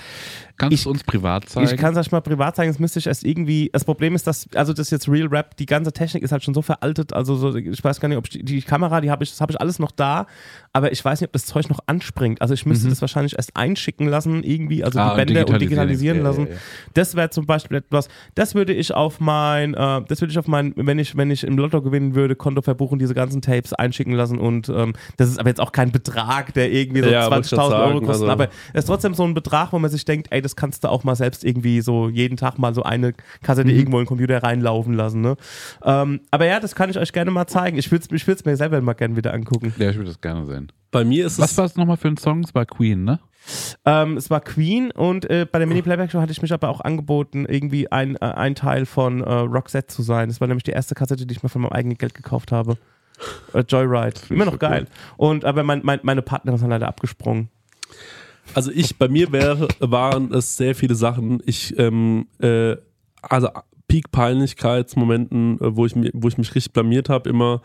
D: Kannst
B: Ich-
D: du uns privat zeigen?
B: Ich kann es euch mal privat zeigen, das müsste ich erst irgendwie. Das Problem ist, dass, also das ist jetzt Real Rap, die ganze Technik ist halt schon so veraltet. Also so, ich weiß gar nicht, ob ich, die- die Kamera, die habe ich, das habe ich alles noch da, aber ich weiß nicht, ob das Zeug noch anspringt. Also ich müsste das wahrscheinlich erst einschicken lassen, irgendwie, also
D: Mhm. Ah,
B: die Bänder und digitalisieren
D: digitalisieren, ja,
B: lassen.
D: ja, ja.
B: Das wäre zum Beispiel etwas, das würde ich auf mein, äh, das würde ich auf mein, wenn ich, wenn ich im Lotto gewinnen würde, Konto verbuchen, diese ganzen Tapes einschicken lassen und ähm, das ist aber jetzt auch kein Betrag, der irgendwie so
C: Ja, wollte ich
B: 20.000
C: grad
B: Euro
C: sagen,
B: kostet,
C: also-
B: aber es ist trotzdem so ein Betrag, wo man sich denkt, ey, das kannst du auch mal selbst irgendwie so jeden Tag mal so eine Kassette
C: Mhm.
B: irgendwo in den Computer reinlaufen lassen. Ne? Ähm, aber ja, das kann ich euch gerne mal zeigen. Ich würde es ich würd's mir selber mal gerne wieder angucken.
D: ja, ich würde das gerne sehen.
C: Bei mir ist
D: Was
C: es.
D: war es nochmal für ein Song? Es war Queen, ne?
B: Ähm, es war Queen und äh, bei der Mini-Playback-Show hatte ich mich aber auch angeboten, irgendwie ein, äh, ein Teil von äh, Roxette zu sein. Das war nämlich die erste Kassette, die ich mir von meinem eigenen Geld gekauft habe. Äh, Joyride.
D: ich
B: Immer noch
D: so
B: geil. Und aber mein, mein, meine Partnerin ist dann leider abgesprungen.
C: Also ich, bei mir wäre, waren es sehr viele Sachen. Ich, ähm, äh, also Peak-Peinlichkeitsmomenten, äh, wo ich, mi- wo ich mich richtig blamiert habe, immer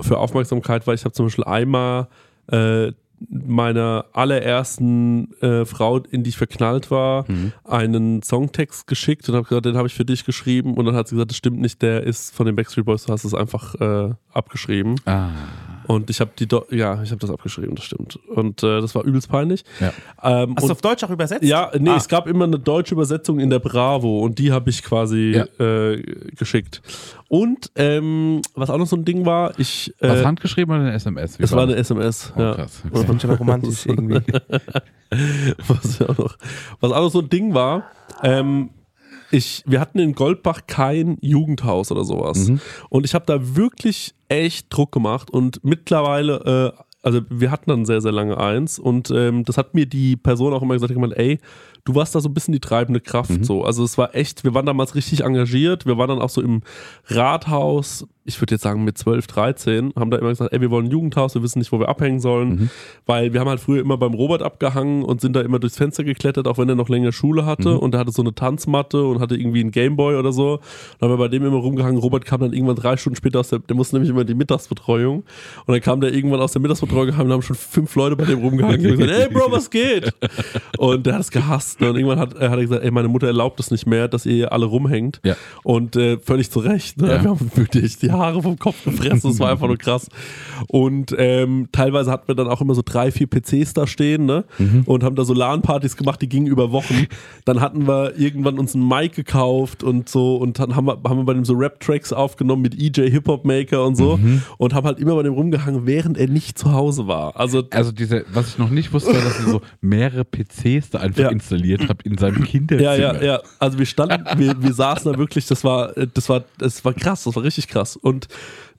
C: für Aufmerksamkeit, weil ich habe zum Beispiel einmal äh, meiner allerersten äh, Frau, in die ich verknallt war,
D: Mhm.
C: einen Songtext geschickt und habe gesagt, den habe ich für dich geschrieben und dann hat sie gesagt, das stimmt nicht, der ist von den Backstreet Boys, du hast es einfach äh, abgeschrieben.
D: Ah.
C: Und ich habe die, Do ja, ich habe das abgeschrieben, das stimmt. Und äh, das war übelst peinlich.
D: Ja.
C: Ähm,
B: Hast du
C: und
B: auf Deutsch auch übersetzt?
C: ja, nee,
B: Ah.
C: es gab immer eine deutsche Übersetzung in der Bravo und die habe ich quasi äh, geschickt. Und ähm, was auch noch so ein Ding war, ich.
D: Was
C: Äh,
D: handgeschrieben oder eine SMS? Wie
C: es war eine SMS.
D: Oh,
C: ja.
D: krass.
B: Das
D: Okay.
B: bin ich aber romantisch irgendwie.
C: was, ja auch noch, was auch noch so ein Ding war, ähm, ich, wir hatten in Goldbach kein Jugendhaus oder sowas. Und ich habe da wirklich echt Druck gemacht und mittlerweile, äh, also wir hatten dann sehr, sehr lange eins und ähm, das hat mir die Person auch immer gesagt, die gemeint, ey, du warst da so ein bisschen die treibende Kraft. So. Also es war echt, wir waren damals richtig engagiert, wir waren dann auch so im Rathaus, ich würde jetzt sagen mit 12, 13, haben da immer gesagt, ey, wir wollen ein Jugendhaus, wir wissen nicht, wo wir abhängen sollen, weil wir haben halt früher immer beim Robert abgehangen und sind da immer durchs Fenster geklettert, auch wenn er noch länger Schule hatte und er hatte so eine Tanzmatte und hatte irgendwie einen Gameboy oder so. Dann haben wir bei dem immer rumgehangen. Robert kam dann irgendwann drei Stunden später aus der, der musste nämlich immer in die Mittagsbetreuung und dann kam der irgendwann aus der Mittagsbetreuung geheim und haben schon fünf Leute bei dem rumgehangen und gesagt, ey Bro, was geht? Und der hat es gehasst ne? und irgendwann hat, äh, hat er gesagt, ey, meine Mutter erlaubt es nicht mehr, dass ihr hier alle rumhängt
D: Ja.
C: und äh, völlig zu Recht. Ne?
D: Ja.
C: Wir haben wirklich die Haare vom Kopf gefressen. Das war einfach nur krass. Und ähm, teilweise hatten wir dann auch immer so drei, vier PCs da stehen ne? und haben da so LAN-Partys gemacht, die gingen über Wochen. Dann hatten wir irgendwann uns einen Mic gekauft und so und dann haben wir, haben wir bei dem so Rap-Tracks aufgenommen mit EJ Hip-Hop-Maker und so und haben halt immer bei dem rumgehangen, während er nicht zu Hause war. Also
D: Also diese, was ich noch nicht wusste, war, dass ihr so mehrere PCs da einfach
C: Ja.
D: installiert habt in seinem Kinderzimmer.
C: Ja, ja, ja. Also wir standen, wir, wir saßen da wirklich, das war, das war, das war krass, das war richtig krass. Und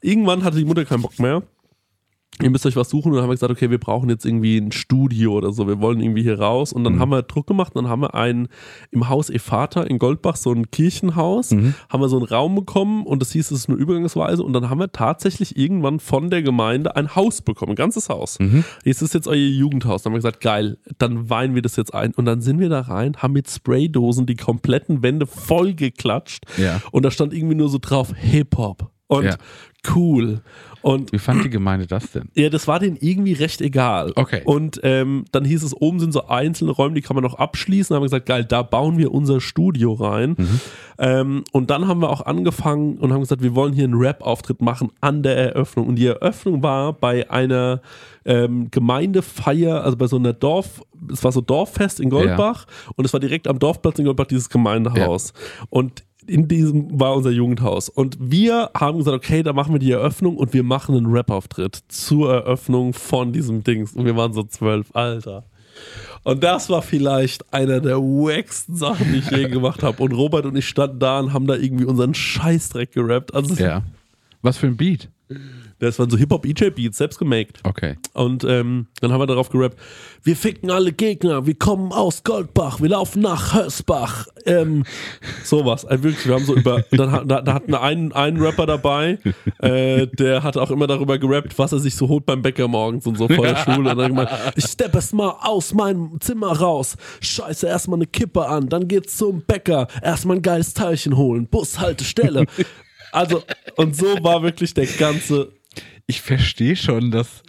C: irgendwann hatte die Mutter keinen Bock mehr. ihr müsst euch was suchen. Und dann haben wir gesagt, okay, wir brauchen jetzt irgendwie ein Studio oder so. Wir wollen irgendwie hier raus. Und
D: Mhm.
C: dann haben wir Druck gemacht. Und dann haben wir einen im Haus Evata in Goldbach, so ein Kirchenhaus,
D: Mhm.
C: haben wir so einen Raum bekommen. Und das hieß, es ist eine Übergangsweise. Und dann haben wir tatsächlich irgendwann von der Gemeinde ein Haus bekommen, ein ganzes Haus.
D: Mhm.
C: Es ist jetzt euer Jugendhaus. Dann haben wir gesagt, geil, dann weihen wir das jetzt ein. Und dann sind wir da rein, haben mit Spraydosen die kompletten Wände voll geklatscht.
D: Ja.
C: Und da stand irgendwie nur so drauf Hip-Hop und
D: Ja.
C: cool. Und
D: Wie fand die Gemeinde das denn?
C: ja, das war denen irgendwie recht egal.
D: Okay.
C: Und ähm, dann hieß es, oben sind so einzelne Räume, die kann man noch abschließen. Da haben wir gesagt, geil, da bauen wir unser Studio rein. Ähm, und dann haben wir auch angefangen und haben gesagt, wir wollen hier einen Rap-Auftritt machen an der Eröffnung. Und die Eröffnung war bei einer ähm, Gemeindefeier, also bei so einer Dorf, es war so Dorffest in Goldbach und es war direkt am Dorfplatz in Goldbach dieses Gemeindehaus. Und in diesem war unser Jugendhaus. Und wir haben gesagt, okay, da machen wir die Eröffnung und wir machen einen Rap-Auftritt zur Eröffnung von diesem Dings. Und wir waren so zwölf, Alter. Und das war vielleicht einer der wacksten Sachen, die ich je gemacht habe. Und Robert und ich standen da und haben da irgendwie unseren Scheißdreck gerappt. Also es-
D: Ja. Was für ein Beat?
C: das waren so Hip-Hop-EJ-Beats, selbst gemaked.
D: Okay.
C: Und ähm, dann haben wir darauf gerappt, wir ficken alle Gegner, wir kommen aus Goldbach, wir laufen nach Hösbach. Ähm, sowas. Also wirklich, wir haben so über. Dann, hat- da, da hatten wir einen, einen Rapper dabei, äh, der hat auch immer darüber gerappt, was er sich so holt beim Bäcker morgens und so vor der Schule. Und dann gemeint, ich steppe es mal aus meinem Zimmer raus, scheiße erstmal eine Kippe an, dann geht's zum Bäcker, erstmal ein geiles Teilchen holen, Bushaltestelle. Also, und so war wirklich der ganze.
D: Ich verstehe schon, dass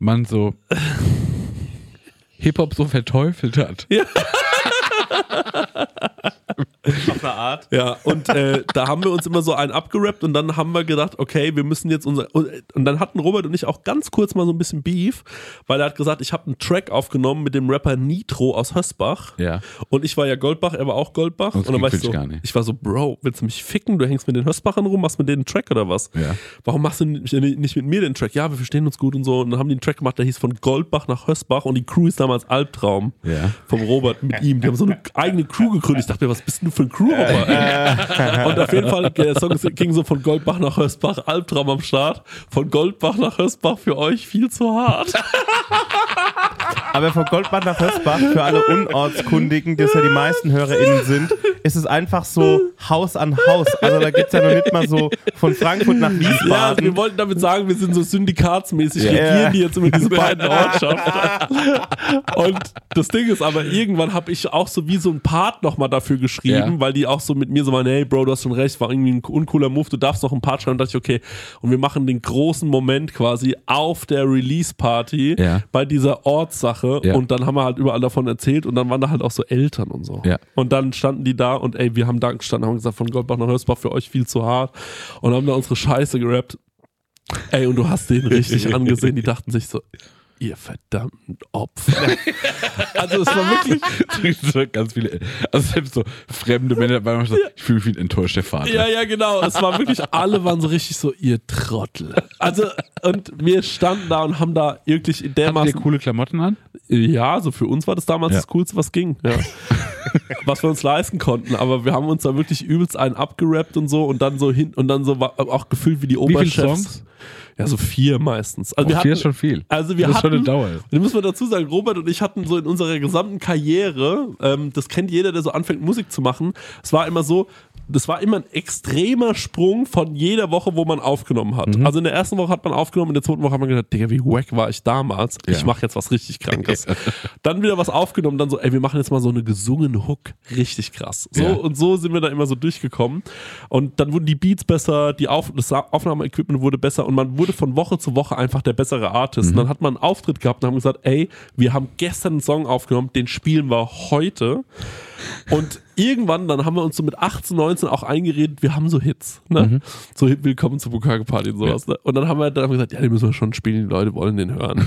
D: man so Hip-Hop so verteufelt hat.
B: Auf eine Art.
C: Ja, und äh, da haben wir uns immer so einen abgerappt und dann haben wir gedacht, okay, wir müssen jetzt unser. Und äh, und dann hatten Robert und ich auch ganz kurz mal so ein bisschen Beef, weil er hat gesagt, ich habe einen Track aufgenommen mit dem Rapper Nitro aus Hösbach.
D: Ja.
C: Und ich war ja Goldbach, er war auch Goldbach.
D: Das
C: und dann war ich
D: klingt
C: so,
D: wirklich gar nicht.
C: ich war so, Bro, willst du mich ficken? Du hängst mit den Hösbachern rum, machst mit denen einen Track oder was?
D: Ja.
C: Warum machst du nicht nicht mit mir den Track? Ja, wir verstehen uns gut und so. Und dann haben die einen Track gemacht, der hieß von Goldbach nach Hösbach und die Crew ist damals Albtraum
D: Ja.
C: vom Robert mit ihm. Die haben so eine eigene Crew gegründet. Ich dachte mir, was bist denn du für ein Crew-Robber? Und auf jeden Fall, der Song ist- ging so von Goldbach nach Hösbach, Albtraum am Start. Von Goldbach nach Hösbach für euch viel zu hart.
B: Aber von Goldbach nach Hösbach, für alle Unortskundigen, das ja die meisten HörerInnen sind, ist es einfach so Haus an Haus. Also da gibt es ja noch nicht mal so von Frankfurt nach
C: Ja, also wir
B: Wiesbaden.
C: wollten damit sagen, wir sind so syndikatsmäßig, regieren die jetzt über diese beiden Ortschaften. Und das Ding ist aber, irgendwann habe ich auch so wie so ein Part nochmal dafür geschrieben,
D: Ja.
C: weil die auch so mit mir so waren, hey Bro, du hast schon recht, war irgendwie ein uncooler Move, du darfst noch einen Part schreiben. Und dachte ich, okay, und wir machen den großen Moment quasi auf der Release-Party
D: Ja.
C: bei dieser Ortssache.
D: Ja.
C: Und dann haben wir halt überall davon erzählt und dann waren da halt auch so Eltern und so.
D: Ja.
C: Und dann standen die da und ey, wir haben da gestanden, haben gesagt, von Goldbach nach Hösbach für euch viel zu hart und haben da unsere Scheiße gerappt. Ey, und du hast den richtig angesehen, die dachten sich so, ihr verdammten Opfer. also es war wirklich,
D: So Ganz viele, also selbst so fremde Männer dabei waren so, ich fühle mich wie ein enttäuschter Vater.
C: ja, ja, genau, es war wirklich, alle waren so richtig so, ihr Trottel. Also, und wir standen da und haben da wirklich in
D: Habt ihr
C: dermaßen
D: coole Klamotten an?
C: Ja, so für uns war das damals
D: Ja.
C: das Coolste, was ging. Ja. was wir uns leisten konnten. Aber wir haben uns da wirklich übelst einen abgerappt und so und dann so hin und dann so war auch gefühlt wie die
D: Wie viele
C: Oberchefs.
D: Songs?
C: Ja, so vier meistens. Also wir
D: Oh,
C: hatten,
D: vier ist schon viel.
C: Also wir
D: Das ist
C: hatten,
D: schon eine Dauer.
C: Da muss man dazu sagen, Robert und ich hatten so in unserer gesamten Karriere, ähm, das kennt jeder, der so anfängt Musik zu machen, es war immer so, das war immer ein extremer Sprung von jeder Woche, wo man aufgenommen hat.
D: Mhm.
C: Also in der ersten Woche hat man aufgenommen, in der zweiten Woche hat man gedacht, Digga, wie wack war ich damals? Ich
D: Ja.
C: mache jetzt was richtig Krankes. dann wieder was aufgenommen, dann so, ey, wir machen jetzt mal so eine gesungene Hook. Richtig krass. So
D: Ja.
C: und so sind wir da immer so durchgekommen. Und dann wurden die Beats besser, die Auf das Sa- Aufnahmeequipment wurde besser und man wurde von Woche zu Woche einfach der bessere Artist. Und dann hat man einen Auftritt gehabt und haben gesagt, ey, wir haben gestern einen Song aufgenommen, den spielen wir heute. Und irgendwann, dann haben wir uns so mit 18, 19 auch eingeredet, wir haben so Hits. Ne? So Hit Willkommen zur Bukake Party und sowas. Ne? Und dann haben wir dann haben wir gesagt, ja, den müssen wir schon spielen, die Leute wollen den hören.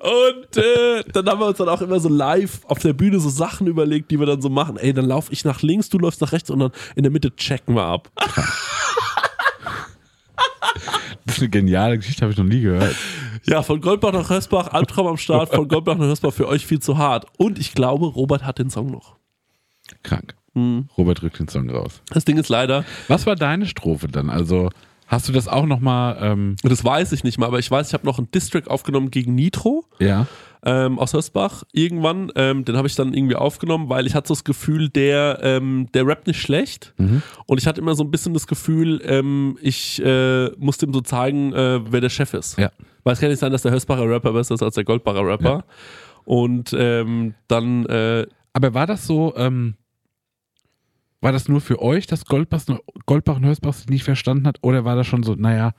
C: Und äh, dann haben wir uns dann auch immer so live auf der Bühne so Sachen überlegt, die wir dann so machen. Ey, dann laufe ich nach links, du läufst nach rechts und dann in der Mitte checken wir ab.
D: Das ist eine geniale Geschichte, habe ich noch nie gehört.
C: Ja, von Goldbach nach Hösbach, Albtraum am Start, von Goldbach nach Hösbach für euch viel zu hart. Und ich glaube, Robert hat den Song noch. Hm.
D: Krank. Robert rückt den Song raus.
C: Das Ding ist leider,
D: Was war deine Strophe dann? Also, Hast du das auch nochmal? Ähm,
C: Das weiß ich nicht mal, aber ich weiß, ich habe noch einen District aufgenommen gegen Nitro.
D: ja.
C: ähm, aus Hösbach irgendwann. Ähm, den habe ich dann irgendwie aufgenommen, weil ich hatte so das Gefühl, der, ähm, der rappt nicht schlecht.
D: Mhm.
C: Und ich hatte immer so ein bisschen das Gefühl, ähm, ich äh, musste ihm so zeigen, äh, wer der Chef ist.
D: Ja.
C: Weil es kann nicht sein, dass der Hösbacher Rapper besser ist als der Goldbacher Rapper. Und ähm, dann, äh,
D: Aber war das so, ähm, war das nur für euch, dass Goldbach, Goldbach und Hörsbach sich nicht verstanden hat? Oder war das schon so, naja,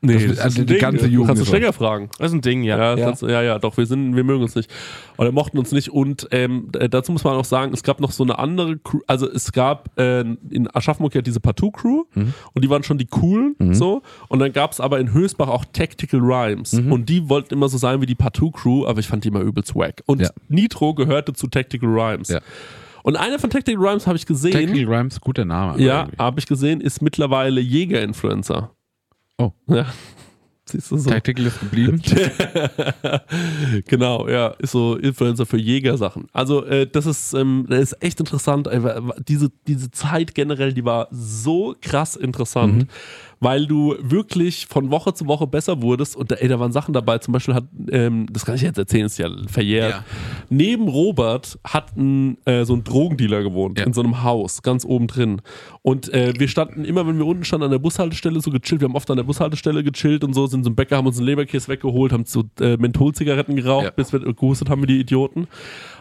C: nee,
D: Das- also die ganze Jugend
C: Kannst du
D: ist
C: Stecker fragen.
B: Das ist ein Ding, ja.
C: Ja, das
D: Ja.
C: Kannst, du- ja, ja, doch, wir sind, wir mögen uns nicht. Oder mochten uns nicht. Und ähm, d- dazu muss man auch sagen, es gab noch so eine andere Crew, also es gab äh, in Aschaffenburg ja diese Partout-Crew
D: Mhm.
C: und die waren schon die coolen so. Und dann gab es aber in Hösbach auch Tactical Rhymes.
D: Mhm.
C: Und die wollten immer so sein wie die Partout-Crew, aber ich fand die immer übelst wack. Und
D: Ja.
C: Nitro gehörte zu Tactical Rhymes.
D: Ja.
C: Und einer von Tactical Rhymes habe ich gesehen.
D: Technical Rhymes, guter Name. aber
C: ja,
D: irgendwie.
C: habe ich gesehen, ist mittlerweile Jäger-Influencer.
D: Oh.
C: Ja. Siehst du so.
D: Tactical ist geblieben.
C: genau, ja, ist so Influencer für Jägersachen. Also äh, das ist, ähm, das ist echt interessant. Einfach, Diese, diese Zeit generell, die war so krass interessant, weil du wirklich von Woche zu Woche besser wurdest. Und da, ey, da waren Sachen dabei. Zum Beispiel hat, ähm, das kann ich jetzt erzählen, ist ja verjährt.
D: Ja.
C: Neben Robert hat ein, äh, so ein Drogendealer gewohnt
D: Ja.
C: in so einem Haus, ganz oben drin. Und äh, wir standen immer, wenn wir unten standen, an der Bushaltestelle so gechillt. Wir haben oft an der Bushaltestelle gechillt und so, sind zum Bäcker, haben uns einen Leberkäse weggeholt, haben so äh, Mentholzigaretten geraucht,
D: Ja.
C: bis wir gehustet haben wie die Idioten.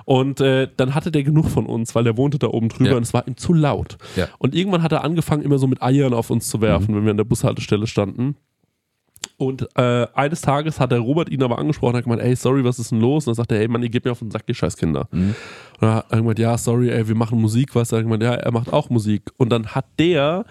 C: Und äh, dann hatte der genug von uns, weil der wohnte da oben drüber
D: Ja.
C: und es war ihm zu laut.
D: Ja. Mhm.
C: Und irgendwann hat er angefangen, immer so mit Eiern auf uns zu werfen, wenn wir an der Bushaltestelle standen. Und äh, eines Tages hat der Robert ihn aber angesprochen und hat gemeint, ey, sorry, was ist denn los? Und dann sagt er, ey, Mann, ihr geht mir auf den Sack, ihr Scheißkinder.
D: Mhm.
C: Und dann hat er gemeint, ja, sorry, ey, wir machen Musik, was? Er hat gemeint, ja, er macht auch Musik. Und dann hat der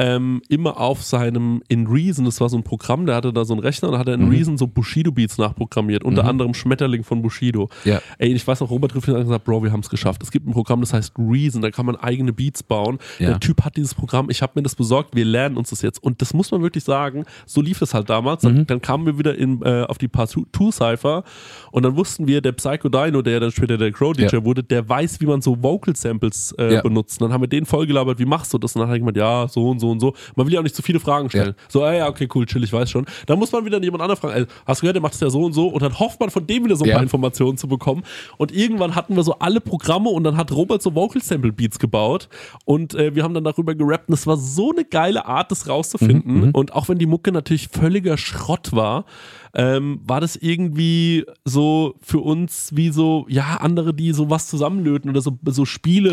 C: ähm, immer auf seinem In Reason, das war so ein Programm, der hatte da so einen Rechner und da hat er
D: Mhm.
C: in Reason so Bushido-Beats nachprogrammiert, unter anderem Schmetterling von Bushido.
D: Ja.
C: Ey, ich weiß noch, Robert rief ihn an und gesagt, Bro, wir haben es geschafft. Es gibt ein Programm, das heißt Reason, da kann man eigene Beats bauen.
D: Ja.
C: Der Typ hat dieses Programm, ich habe mir das besorgt, wir lernen uns das jetzt. Und das muss man wirklich sagen, so lief das halt damals.
D: Mhm.
C: Dann, dann kamen wir wieder in, äh, auf die Part-2-Cypher und dann wussten wir, der Psycho Dino, der dann später der Crow-DJ
D: Ja.
C: wurde, der weiß, wie man so Vocal-Samples äh,
D: Ja.
C: benutzt. Und dann haben wir den vollgelabert, wie machst du das? Und dann hat er gemeint, ja, so und so und so. Man will ja auch nicht zu viele Fragen stellen. So, ah, ja, okay, cool, chill, ich weiß schon. Dann muss man wieder jemand anderen fragen, ey, hast du gehört, der macht es ja so und so. Und dann hofft man von dem wieder so ein
D: Ja.
C: paar Informationen zu bekommen. Und irgendwann hatten wir so alle Programme und dann hat Robert so Vocal Sample Beats gebaut. Und äh, wir haben dann darüber gerappt. Und es war so eine geile Art, das rauszufinden. Und auch wenn die Mucke natürlich völliger Schrott war, ähm, war das irgendwie so für uns wie so, ja, andere, die sowas zusammenlöten oder so, so Spiele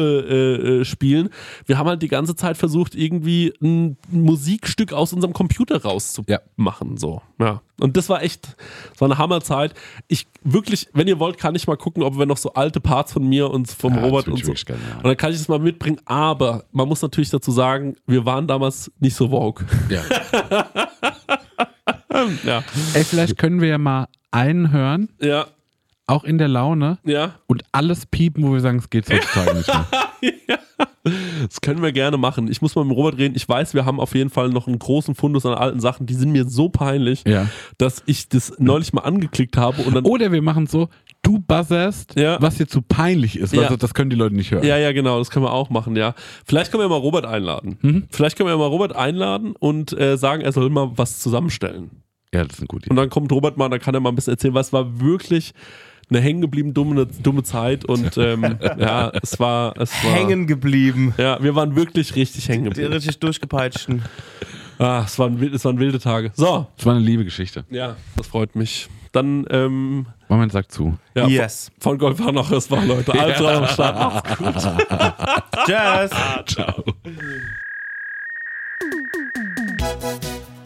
C: äh, äh, spielen. Wir haben halt die ganze Zeit versucht, irgendwie ein Musikstück aus unserem Computer rauszupacken
D: Ja.
C: machen. So. Ja. Und das war echt, das war eine Hammerzeit. Ich wirklich, wenn ihr wollt, kann ich mal gucken, ob wir noch so alte Parts von mir und vom
D: Ja, das
C: Robert
D: würd
C: und
D: ich
C: so.
D: wirklich gerne, ja.
C: Und dann kann ich das mal mitbringen. Aber man muss natürlich dazu sagen, wir waren damals nicht so woke.
D: ja.
C: Ja.
D: Ey, vielleicht können wir ja mal einen hören,
C: Ja.
D: auch in der Laune,
C: Ja.
D: und alles piepen, wo wir sagen, es geht heutzutage nicht mehr.
C: Das können wir gerne machen. Ich muss mal mit Robert reden. Ich weiß, wir haben auf jeden Fall noch einen großen Fundus an alten Sachen. Die sind mir so peinlich,
D: Ja. Oh.
C: dass ich das neulich mal angeklickt habe und dann.
D: Oder wir machen so, du buzzerst,
C: Ja.
D: was dir zu peinlich ist.
C: Ja.
D: Also, das können die Leute nicht hören.
C: Ja, ja, genau, das können wir auch machen, ja. Vielleicht können wir mal Robert einladen. Vielleicht können wir mal Robert einladen und äh, sagen, er soll mal was zusammenstellen.
D: Ja, das ist eine gute
C: Und
D: Idee.
C: dann kommt Robert mal, dann kann er mal ein bisschen erzählen, was war wirklich eine hängen geblieben dumme, dumme Zeit und ähm, ja, es war, es war
B: Hängen geblieben.
C: Ja, wir waren wirklich richtig hängen
B: Die
C: geblieben.
B: richtig durchgepeitschten.
C: Ah, es waren, wild- es waren wilde Tage. So,
D: Das war eine liebe Geschichte.
C: ja, das freut mich. Dann ähm,
D: Moment sagt zu.
C: ja,
B: Yes.
C: von Golf war noch es war Leute. Also, Albtraum am Start. Macht's gut.
B: Jazz.